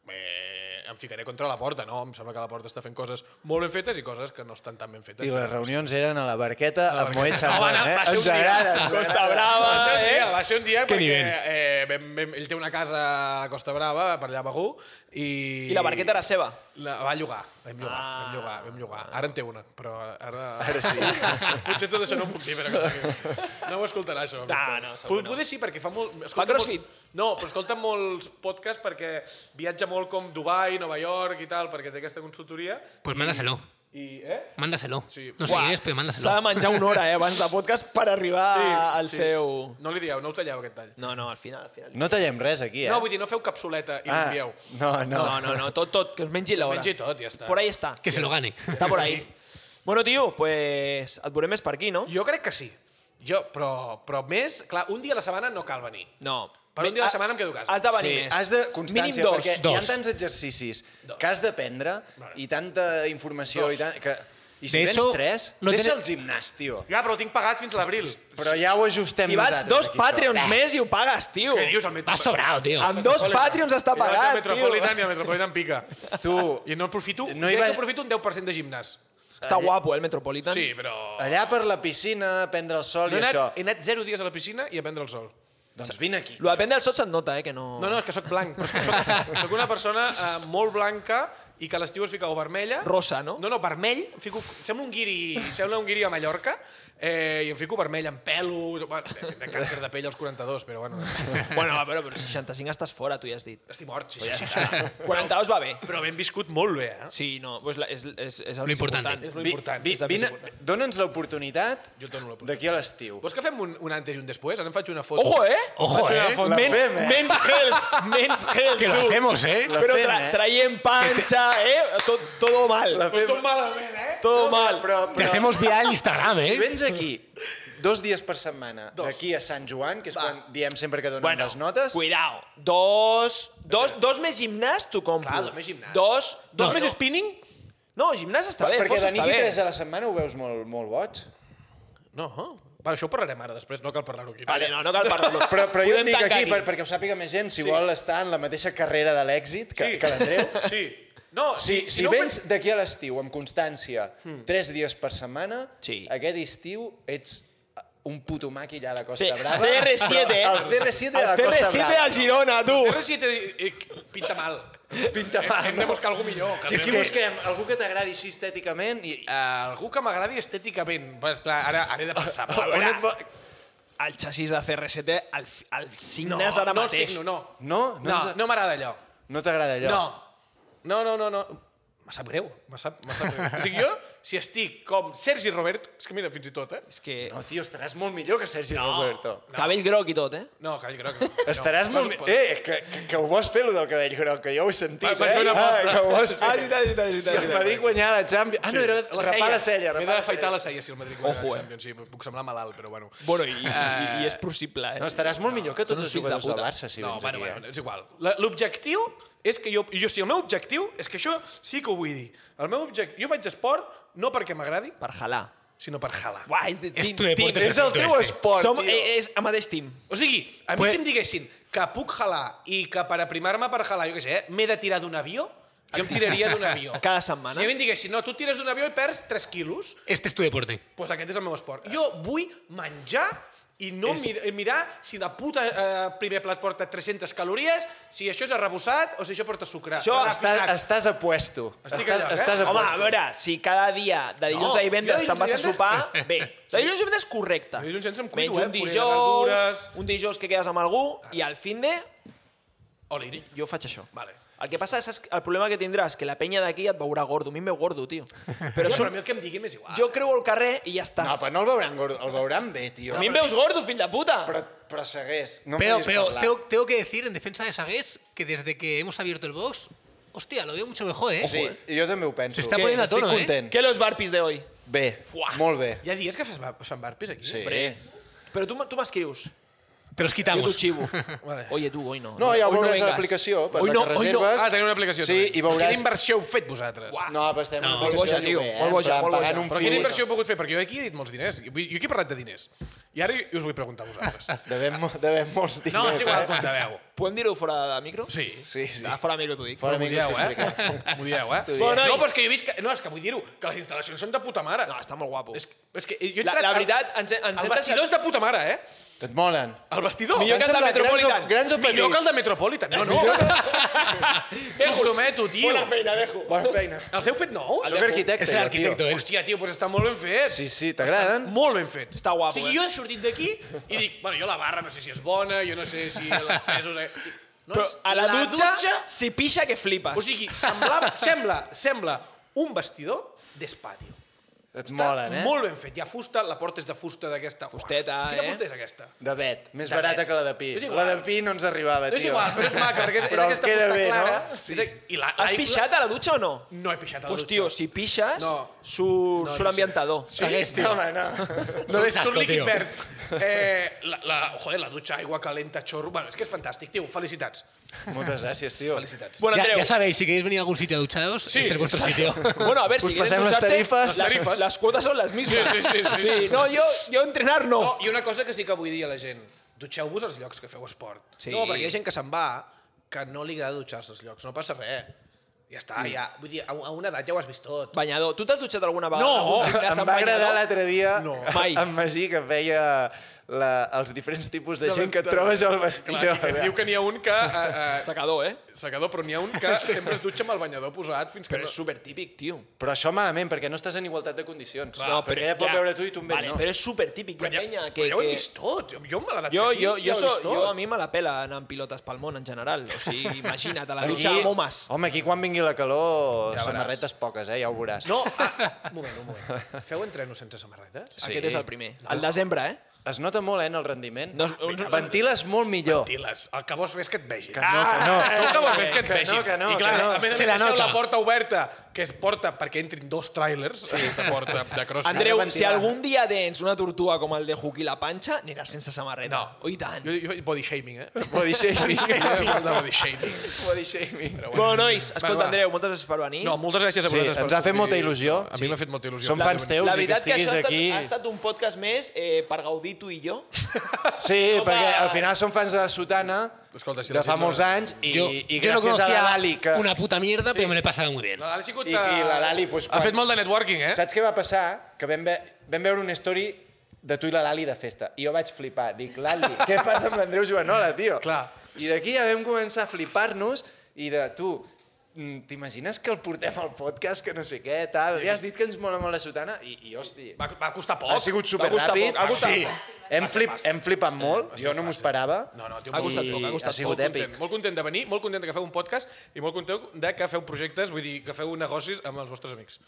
eh, em ficaré contra la porta, no? Em sembla que la porta està fent coses molt ben fetes i coses que no estan tan ben fetes. I les reunions eren a la barqueta amb Moet No, va Santana, anar- eh? va ser Ens un dia. agrada, ens Costa agrada. Brava, va ser un eh? dia, va ser un dia perquè nivell. eh, vam, vam, ell té una casa a Costa Brava, per allà a Begú, i... I la barqueta era seva. La va llogar, vam llogar, ah. Ah. vam llogar, vam llogar. Ara en té una, però ara... Ara sí. [LAUGHS] Potser tot això no ho puc dir, però... No ho escoltarà, això. Víctor. no, segur que no. Poder sí, perquè fa molt... Fa escolta molts- crossfit? No, però escolta molts podcasts perquè viatja molt com Dubai, Nova York i tal, perquè té aquesta consultoria. Pues mándaselo. I, eh? Mándaselo. Sí. No sé Buah, quién es, pero S'ha de mándaselo. menjar una hora, eh, abans de podcast per arribar Sí, al sí. Ah, seu... No li dieu, no ho talleu, aquest tall. No, no, al final, al final. No tallem res aquí, eh? No, vull dir, no feu capsuleta i Ah, l'envieu. no, no. No, no, no, tot, tot, que es mengi l'hora. Mengi tot, ja està. Por ahí està. Que se lo gane. Està [LAUGHS] por ahí. Bueno, tio, pues et veurem més per aquí, no? Jo crec que sí. Jo, però, però més... Clar, un dia a la setmana no cal venir. No. Per un dia a la setmana em quedo a casa. Has de venir Sí, més. has de constància, Mínim dos. perquè hi ha Dos. tants exercicis que has d'aprendre i tanta informació Dos. i tant... Que... I si De vens hecho, tres, no deixa tiene- el gimnàs, tio. Ja, però ho tinc pagat fins a l'abril. Però ja ho ajustem Si vas nosaltres. dos aquí, això. Eh. Patreons més i ho pagues, tio. Què dius? El Metro- Vas sobrado, tío. Amb dos Metropolitan. Patreons està Jo vaig al pagat, Metropolitan tio. i el Metropolitan pica. Tu, I no aprofito, No no hi crec va- que aprofito un 10% de gimnàs. Està guapo, eh, el Metropolitan. Sí, però... allà per la piscina, a prendre el sol No he, i això. anat, he anat zero dies a la piscina i a prendre el sol. Doncs vine aquí. Lo depèn del sot se't nota, eh, que no... [LAUGHS] No, no, és que sóc blanc. Però és que sóc, sóc una persona eh, molt blanca i que a l'estiu es ficava vermella. Rosa, no? No, no, vermell. Em fico, sembla un guiri, sembla un guiri a Mallorca eh, i em fico vermell, em pelo... Bueno, de càncer de pell als 42, però bueno... Bueno, a veure, però 65 estàs fora, tu ja has dit. [LAUGHS] Estic mort, sí, sí, sí. sí. 42 va bé. Però ben viscut molt bé, eh? Sí, no, pues la, és, és, és el Lo més importante. És lo Vi- important. vi- és la més vine- important. Dóna'ns l'oportunitat Jo et dono l'oportunitat. d'aquí a l'estiu. Vols que fem un, un antes i un després? Ara em faig una foto. Ojo, eh? Ojo, Faig una eh. foto. La Menys- fem, eh? Menys help, menys help, Que lo tú. hacemos, ¿eh? La Pero fem, tra- eh? traien pancha, eh? Todo, todo mal. La fem. Tot malament, eh? todo mal. Però, Te però, hacemos viral Instagram, si ¿eh? vens aquí dos dies per setmana d'aquí a Sant Joan, que és quan diem sempre que donem les notes, Cuidado. Dos, dos, dos més gimnàs tu compro. Clar, dos més gimnàs. Dos, Dos no, més no. spinning? No, gimnàs està bé, perquè força de està nit i bé. tres a la setmana ho veus molt, molt boig. No. Per això ho parlarem ara després, no cal parlar-ho aquí. Vale, no, no cal [LAUGHS] parlar-lo. Però, però jo Podem et dic aquí, tancar-hi. per, perquè ho sàpiga més gent, si vol estar en la mateixa carrera de l'èxit que, que l'Andreu, Sí. No, si, si, no ho vens d'aquí a l'estiu amb constància tres dies per setmana, Sí. aquest estiu ets un puto maqui allà a la Costa Sí, Brava. CR7, eh? El CR7 a la El Costa CR7 a Brava. Girona, Eh, tu. R7 eh, eh, pinta mal. Pinta mal, Hem de no? buscar algú millor. Que és que realment- busquem algú que t'agradi així estèticament i... ah, Eh, algú que m'agradi estèticament. Pues, clar, ara ara he de pensar. Però, a on veure, et vol- El xassís de CR7 el, fi- el no, signes ara no el mateix. signo, no. No? No, No, ens- no m'agrada allò. no t'agrada allò? No. No, no, no, no. Me sap greu. Me sap, me sap greu. O sigui, jo, si estic com Sergi Robert... És que mira, fins i tot, eh? És que... No, tio, estaràs molt millor que Sergi Roberto. Cabell groc i tot, eh? No, cabell groc. No. [LAUGHS] Estaràs No, molt... poso- Eh, que, que, que ho vols fer, lo del cabell groc, que jo ho he sentit, Va, eh? vaig fer una aposta. Ah, que ho vols fer. Ah, és veritat, és veritat, és veritat, Si el és veritat. Madrid guanyar la Champions... Ah, no, era rapar la cella. M'he Rapar la d'afaitar cella. la cella si el Madrid guanya Ojo, la eh. Champions. Sí, puc semblar malalt, però bueno. Ah, Bueno, i, i, i és possible, eh? No, estaràs molt millor que Són tots uns els fills de jugadors del puta. Barça, si no, vens bueno, aquí. bueno, eh? és igual. La- L'objectiu és que jo... jo sí, el meu objectiu és que això sí que ho vull dir. El meu objectiu... Jo faig esport no perquè m'agradi, Per jalar. sinó per jalar. Buah, és de... Es tu deporte És el perfecto teu este. esport, Som, tio. eh, és a mateix team. O sigui, a mi Pues- si em diguessin que puc jalar i que per aprimar-me per jalar, jo què sé, eh, m'he de tirar d'un avió, jo em tiraria d'un avió. Cada setmana. I a mi em diguessin, no, tu tires d'un avió i perds 3 quilos. Este es tu deporte. pues aquest és el meu esport. Jo vull menjar i no És- és... mir mirar si la puta eh, primer plat porta 300 calories, si això és arrebossat o si això porta sucre. Això Rafinat. Estàs, estàs a puesto. Estic Estàs, allà, eh? estàs a Home, puesto. a veure, si cada dia de dilluns No, a divendres jo de te'n vas a dilluns sopar, bé. De dilluns a divendres, correcte. De dilluns a divendres em Menys cuido, eh, un puré de dijous, verdures. un dijous que quedes amb algú i al fin de Oli. jo faig això. Vale. El que passa és saps, el problema que tindràs, que la penya d'aquí et veurà gordo. A mi em veu gordo, [LAUGHS] tio. Però Però, és però a un... mi el que em digui m'és igual. Jo creuo el carrer i ja està. No, però no el veuran, gordo, el veuran bé, tio. a mi em veus gordo, fill de puta. Però, però segueix. No em Pero, vulguis pero parlar. tengo, tengo que decir en defensa de Sagués que desde que hemos abierto el box, hostia, lo veo mucho mejor, ¿eh? Sí, jo també ho penso. Se està poniendo a Estic tono, eh? content. Què los barpis de hoy? Bé, molt bé. Hi ha dies que fas bar- es fan barpis aquí? Sí. Però tu, m- tu m'escrius. Te los Jo t'ho quitamos. [LAUGHS] xivo. Vale. Oye, tu, hoy no. No, ja ho Hoy veuràs a vengas. l'aplicació, per Hoy la no, que hoy no. reserves. Ah, teniu una aplicació. Sí, també. i veuràs- Quina inversió heu fet vosaltres? No, però estem en No. una Molt boja, aplicació de tio, lloguer, eh? molt boja, En plan, molt boja. pagant un Però quina fee. inversió heu pogut fer? Perquè jo aquí he dit molts diners. Jo vull- jo aquí he parlat de diners. I ara us vull preguntar [LAUGHS] a vosaltres. Devem, mo- devem molts diners, No, és igual, eh? contaveu. Podem dir-ho fora de micro? Sí. Sí, sí. Ah, fora micro t'ho dic. Fora M'ho micros dieu, t'ho explicaré. eh? M'ho [LAUGHS] dieu, eh? Bon, No, nois. però és que jo he vist que... No, és que vull dir-ho, que les instal·lacions són de puta mare. No, està molt guapo. És, és que eh, jo he La, entrat la al- veritat, ens, ens El hem vestidor és de puta mare, eh? Et Doncs molen. El vestidor. Millor que el de Grans o- Metropolitan. grans o- grans o Millor que el petits? de Metropolitan. No, no. [LAUGHS] T'ho prometo, tio. Bona feina, dejo. Bona feina. Els heu fet nous? Soc arquitecte, Es el jo, tio. arquitecto, él. Hòstia, tio, doncs estan molt ben fets. Sí, sí, t'agraden? Molt ben fets. Està guapo, O sigui, eh? jo he sortit d'aquí i dic, bueno, jo la barra no sé si és bona, jo no sé si els pesos... Eh? No, Però és- a la, Pues dutxa, si pixa que flipes. O sigui, semblava, sembla, sembla un vestidor d'espatio. Et Està molen, eh? Molt ben fet. Hi ha fusta, la porta és de fusta d'aquesta. Uah, Fusteta, Quina eh? fusta és aquesta? De bet. Més De barata bet. que la de pi. És igual. La de pi no ens arribava, tio. És igual, però és maca, perquè és, és Però aquesta queda fusta bé, clara. no? Sí. És, i la, Has la- pixat a la dutxa o no? No he pixat a la Pues tio, dutxa. si pixes, No. surt No, no, no surt ambientador. Sagués, Hòstia, tío. Home, [LAUGHS] no. No des Surt- asco, surt líquid tío. [LAUGHS] verd. Eh, la, la, joder, la dutxa, aigua calenta, xorro... Bueno, és que és fantàstic, tio. Felicitats. Moltes gràcies, tio. Felicitats. Bueno, Ya, Andreu, ya sabéis, si queréis venir a algún sitio a ducharos, este es vuestro sitio. [LAUGHS] bueno, a ver, Us si quieres passem les ducharse, Pues tarifas. les, Les tarifas. les quotes són les mismes. Sí, sí, sí, sí. no, jo, jo entrenar no. No, Oh, I una cosa que sí que vull dir a la gent, dutxeu-vos als llocs que feu esport. Sí. No, perquè hi ha gent que se'n va que no li agrada dutxar-se als llocs, no passa res. Ja està, Mm. ja, vull dir, a a una edat ja ho has vist tot. Banyador. Tu t'has dutxat alguna vegada? No, en algun Em gimnàs amb va agradar banyador? l'altre dia No. Mai. en Magí que feia la, els diferents tipus de gent que et vestidor. trobes al Clar, vestidor. [LAUGHS] i que diu que n'hi ha un que... eh, eh, Secador, eh? secador, però n'hi ha un [LAUGHS] que sempre es dutxa amb el banyador posat fins que... Però és No... supertípic, tio. Però això malament, perquè no estàs en igualtat de condicions. No, Ah, però perquè ella pot ja. veure tu i tu amb ell vale, no. Però és supertípic, ja, penya, que... però ja ho que- hem vist tot. Jo amb l'edat Jo, que tinc, jo, jo, ja ho he so, vist tot. jo a mi me la pela anar amb pilotes pel món en general. O sigui, [LAUGHS] imagina't, a la Aquí- dutxa de momes. Home, aquí quan vingui la calor, Ja samarretes poques, eh? ja ho veuràs. No, ah, [LAUGHS] un moment, un moment. Feu entreno sense samarreta? Sí. Aquest és el primer. El desembre, eh? Es nota molt, eh, en el rendiment. No, uns- Ventiles molt millor. Tiles, el que vols fer és que et vegi. Que no, que no. Tu el que vols fer és que et Que no, vegi. que no, I clar, que no. a més a Se més la deixeu nota. la porta oberta, que es porta perquè entrin dos trailers sí. de porta de crossfit. Andreu, Ventilar. si algun dia tens una tortuga com el de Juki la panxa, aniràs sense samarreta. No. Oh, i tant. Jo, jo faig body shaming, eh? Body [LAUGHS] shaming. Molt de body shaming. Body shaming. Bueno, nois, Va, va. escolta, Andreu, moltes gràcies per venir. No, moltes gràcies a Sí, vosaltres. per ens ha fet sortir. molta il·lusió. A mi m'ha fet molta il·lusió. Som fans teus la i que veritat que, estiguis això ha estat, aquí... ha estat un podcast més eh, per gaudir tu i jo. [LAUGHS] Sí, Opa. perquè al final som fans de la Sotana Escolta, si la de fa gent no- molts anys i, Yo, i yo no gràcies a conocía la Lali que... una puta mierda, pero me lo he pasado muy bien. Ha sigut... I, i la Lali, doncs, Ha quan... fet molt de networking, eh? Saps què va passar? Que vam, ve... vam veure una story de tu i la Lali de festa. I jo vaig flipar. Dic, Lali, [LAUGHS] què fas amb l'Andreu Joanola, tio? Clar. I d'aquí ja vam començar a flipar-nos i de tu, mm, t'imagines que el portem al podcast, que no sé què, tal? Ja has dit que ens mola molt la sotana i, i hosti, Va, va costar poc. ha sigut poc, superràpid. ha costat Sí. Hem, flip, hem flipat molt, jo no m'ho esperava. No, no, tio, I ha costat poc, ha costat ha sigut molt èpic. Content, molt content de venir, molt content de que feu un podcast i molt content de que feu projectes, vull dir, que feu negocis amb els vostres amics.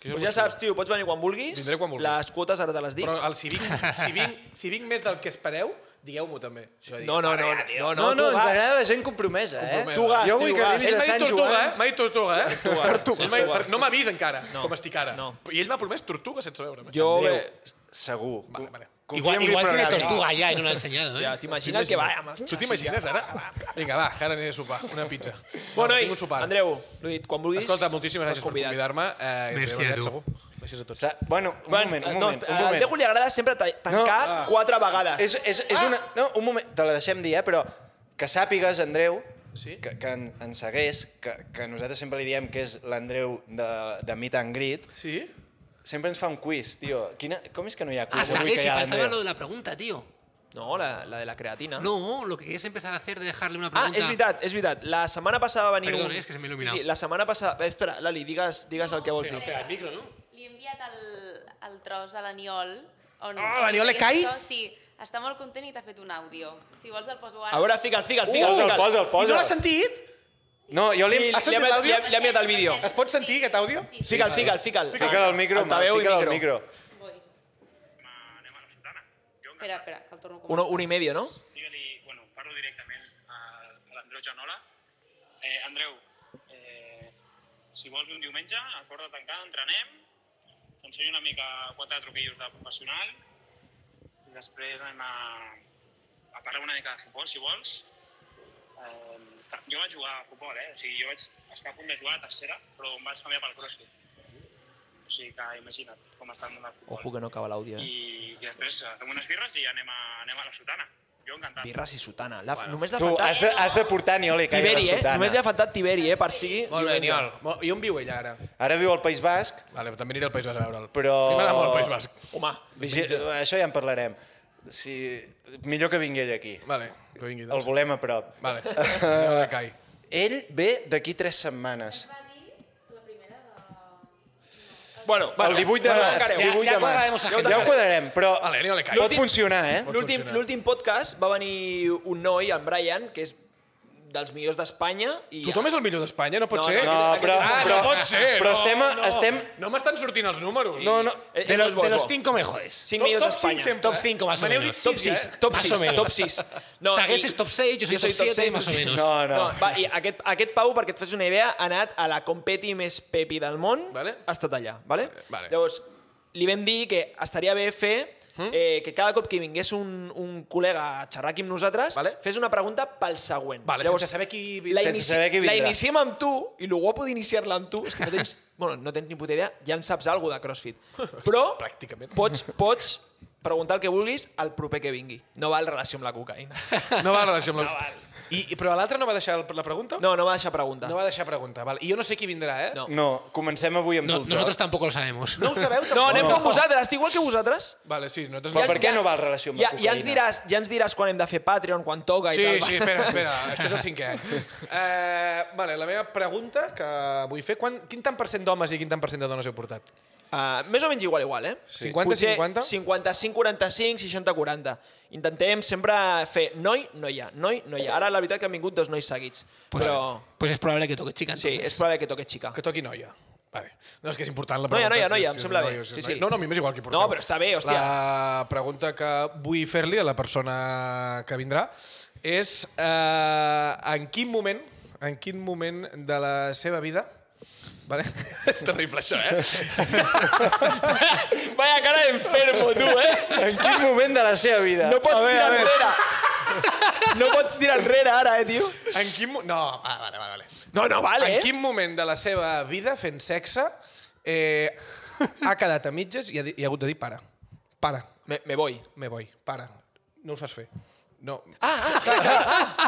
Que això Pues és ja molt saps, tio, pots venir quan vulguis. Vindré quan vulgui. Les quotes ara te les dic. Però el, si, vinc, si, vinc, si vinc més del que espereu, digueu-m'ho també. Això de dir, No, no, no, "Ara, no, No, no, tu ens vas. agrada la gent compromesa, eh? Compromesa. Tu gas, jo vull tu que gas. arribis Ell a m'ha dit Sant tortuga, eh? Joan. M'ha dit tortuga, eh? Tortuga. Ell m'ha dit- per- No m'ha vist encara, No. com estic ara. No. I ell m'ha promès tortuga sense veure'm. eh? Jo... Andreu, eh, segur. Vale, vale. Igual, en mi igual tiene programa. tortuga ya y no lo ha enseñado. ¿eh? Ja, t'imagines que va amb els Tu t'imagines ara? Vinga, va, que ara aniré a sopar, una pizza. Bueno, No, nois, tinc un sopar. Andreu, Luis, quan vulguis... Escolta, moltíssimes estàs gràcies per convidar-me. Eh, Merci a tu. Gràcies a tots. Sa- Bueno, un Bueno, moment, un eh, moment, No, un a Andreu moment. li agrada sempre ta- tancar No, ah. quatre vegades. És, és, és Ah. una... No, un moment, te la deixem dir, eh? Però que sàpigues, Andreu, Sí? que, que en, en segueix, que, que nosaltres sempre li diem que és l'Andreu de, de Meet and Greet, Sí? sempre ens fa un quiz, tio. Quina, com és que no hi ha A quiz avui Sagué que se hi ha faltaba lo l'Andreu? de la pregunta, tío. No, la, la de la creatina. No, lo que querías empezar a hacer de dejarle una Ah, pregunta. és veritat, és veritat. La setmana passada va venir Perdón, un... eh, és que se m'ha il·luminat. Sí, sí, la setmana passada... Eh, Espera, Lali, digues, digues el que vols dir. Espera, el micro, ¿no? Li he enviat el, el tros a l'Aniol. On, Ah, l'Aniol le cai? Això, sí, està molt content i t'ha fet un àudio. Si vols el poso ara. A veure, fica'l, fica'l, fica'l. Posa'l, fica'l. I posa'l, no l'has posa'l. sentit? No, jo li... Sí, Ah, Has sentit li ha- l'àudio? li ha- Li ha enviat el vídeo. Es pot sentir, aquest àudio? Sí, sí. Fica'l, fica'l, fica'l. Fica'l al micro, mal, Altaveu i fica'l al micro. Voy. Espera, espera, que el torno a començar. Un, un i medio, no? digue-li, bueno, parlo directament a, a l'Andreu Janola. Eh, Andreu, eh, si vols un diumenge, a cor de tancar, entrenem, t'ensenyo una mica quatre truquillos de professional, i després anem a, a parlar una mica de futbol, si vols. Eh, que- jo vaig jugar a futbol, eh? O sigui, jo vaig estar a punt de jugar a tercera, però em vaig canviar pel crossfit. O sigui que imagina't com està el món del futbol. Ojo que no acaba l'àudio, eh? I, I després eh, fem unes birres i anem a, anem a la sotana. Jo encantat. Birras i sotana. La, Només l'ha Tu, has faltat... de, has de portar Nioli, que hi ha la Tiberi, eh? sotana. Només li ha faltat Tiberi, eh? Per sigui... Molt bé, diumenge. Niol. Mo- I on viu ella ara? Ara viu al País Basc, Vale, però també aniré al País Basc a veure'l. Però- A mi M'agrada molt el País Basc. Home, Vigi... Això ja en parlarem. Si... Millor que vingui ell aquí. Vale, que vingui. El Doncs. volem a prop. [LAUGHS] Vale. Niol de Cai. Ell ve d'aquí tres setmanes. Va dir la primera de... bueno, El 18 de bueno, març. encareu. el 18 ja de quadrarem març. els Ja ho agendes. quadrarem, però Vale, Niol de Cai. pot funcionar, eh? L'últim funcionar. l'últim podcast va venir un noi, en Brian, que és dels millors d'Espanya. i Tothom és el millor d'Espanya, no pot No, ser? no, No, però, ah, però, no pot ser! però no, estem, a- no. estem... No m'estan sortint els números. No, no. Eh, eh, De los, bo, de los bo. cinco mejores. Cinc Top- millors top d'Espanya. cinc sempre. Top 5 más o Me n'heu menos. dit Top sis, 6, eh? top Más 6, o menos. top 6. Sagués és top seis, jo soy top siete, más o menos. No, Ah, no. va, i aquest, aquest Pau, perquè et fas una idea, ha anat a la competi més pepi del món, Vale. ha estat allà, vale? vale. Hm? Llavors, li vam dir que estaria bé fer eh, que cada cop que vingués un, un col·lega a xerrar aquí amb nosaltres, Vale. fes una pregunta pel següent. Vale, Llavors, sense saber qui... la, Sense inici saber qui la vindrà. iniciem amb tu, i el guapo d'iniciar-la amb tu és que no [LAUGHS] tens, bueno, no tens ni puta idea, ja en saps alguna de CrossFit. Però Pràcticament. pots, pots [LAUGHS] preguntar el que vulguis al proper que vingui. No va en relació amb la cocaïna. No va en relació amb la... I, i- però l'altre no va deixar el- la pregunta? No, no va deixar pregunta. No va deixar pregunta, val. I jo no sé qui vindrà, eh? No. No, comencem avui amb No, tu. nosotros tampoco lo sabemos. No ho sabeu, No, tampoc? anem No. com vosaltres, estic igual que vosaltres. Vale, sí, nosaltres... Però per què no va el relació amb Ja, la ja, ens cocaïna? diràs, ja ens diràs quan hem de fer Patreon, quan toca i Sí, tal. [LAUGHS] sí, espera, espera, això és el cinquè. Uh, vale, la meva pregunta que vull fer, quan, quin tant per cent d'homes i quin tant per cent de dones heu portat? Uh, més o menys igual, igual, eh? Sí. 50-50? 55, 45, 60, 40. Intentem sempre fer noi, noia, noi, noia. Ara, la veritat, que han vingut dos nois seguits. [LAUGHS] Pues, però pues es probable que toque chica, sí, entonces. és probable que toque xica. Que toqui noia. Vale. No, és que és important la Noia, noia, pregunta. si- noia, si em és sembla noi bé. o si és Sí, noia. sí. No, no, a mi m'és igual qui porteu. No, però està bé, hòstia. La pregunta que vull fer-li a la persona que vindrà és eh, en quin moment, en quin moment de la seva vida Vale? [LAUGHS] És terrible, això, eh? [LAUGHS] Vaya cara d'enfermo, tu, eh? En quin moment de la seva vida? No pots A veure, tirar a veure. enrere. No pots tirar enrere ara, eh, tio? En quin... mo- No, va, vale, vale, vale. No, no, vale, En eh? quin moment de la seva vida, fent sexe, eh, ha quedat a mitges i ha, di- i ha hagut de dir para. Para, Me, me voy. me voy, para. No ho saps fer. No.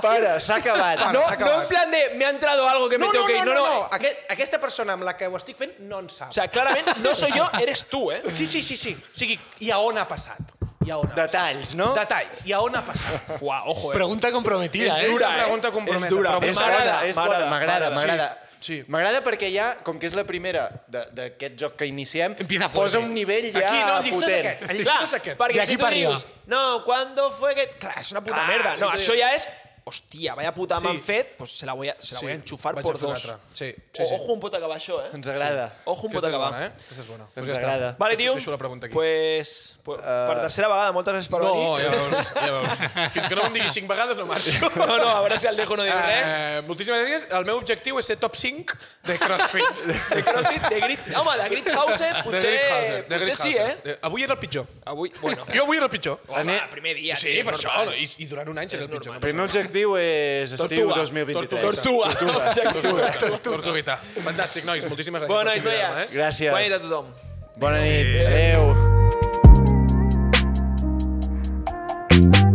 Para, s'ha acabat. Para, No, s'ha no acabat. en plan de me ha entrado algo que me tengo que ir. Aquest, aquesta persona amb la que ho estic fent no en sap. Ah. O sea, clarament no soy yo, eres tú, eh? sí, sí, sí, sí. O sigui, i a on ha passat? I a on ha Detalls, no? passat? Detalls. I a on ha [LAUGHS] passat? Fuà, ojo, eh? Pregunta comprometida, És ¿eh? dura, eh? pregunta compromesa. És dura, eh. però és m'agrada, bona, m'agrada, és bona, m'agrada, m'agrada. m'agrada. Sí, sí. M'agrada perquè ja, com que és la primera de- d'aquest joc que iniciem, Empieza fuerte. posa un nivell ja Aquí, no, el llistó és potent. aquest. El llistó Clar, és aquest. perquè De si aquí tu per dius, no, ¿cuándo fue que...? Clar, és una puta Clar, merda. No, sí, això sí. ja és... Hòstia, vaya puta Sí. m'han fet, pues se la voy a, se la Sí, voy a enchufar vaig a por fer una dos. altra. Sí, sí, sí. Ojo, un pot acabar això, [LAUGHS] eh? Ens agrada. Ojo, un pot Aquesta és acabar. bona, eh? Aquesta és bona. Ens agrada. Vale, tio, Deixo la pregunta aquí. Eh, pues, pues per tercera vegada, moltes gràcies per No, venir. ja veus, ja veus. [LAUGHS] Fins que no em diguis cinc vegades [LAUGHS] no marxo. [LAUGHS] No, no, a veure si el dejo no diu res. Eh, moltíssimes gràcies. El meu objectiu és ser top 5 [LAUGHS] de CrossFit. De CrossFit, de Grit... Home, de Grit Houses, de potser, Grit Hauser. De potser Grit sí, Hauser. eh? Avui era el pitjor. Avui, bueno, Jo avui era el pitjor. Ane- el primer dia, Sí, tio, per és això. normal. I, I durant un any serà el pitjor. no El primer objectiu és estiu Tortuga. 2023. Tortuga. Tortuga. Tortuguita. Fantàstic, nois. Moltíssimes gràcies. Bona nit, per convidar-me, noies. eh? Gràcies. Bona nit a tothom. Bona nit. Adéu.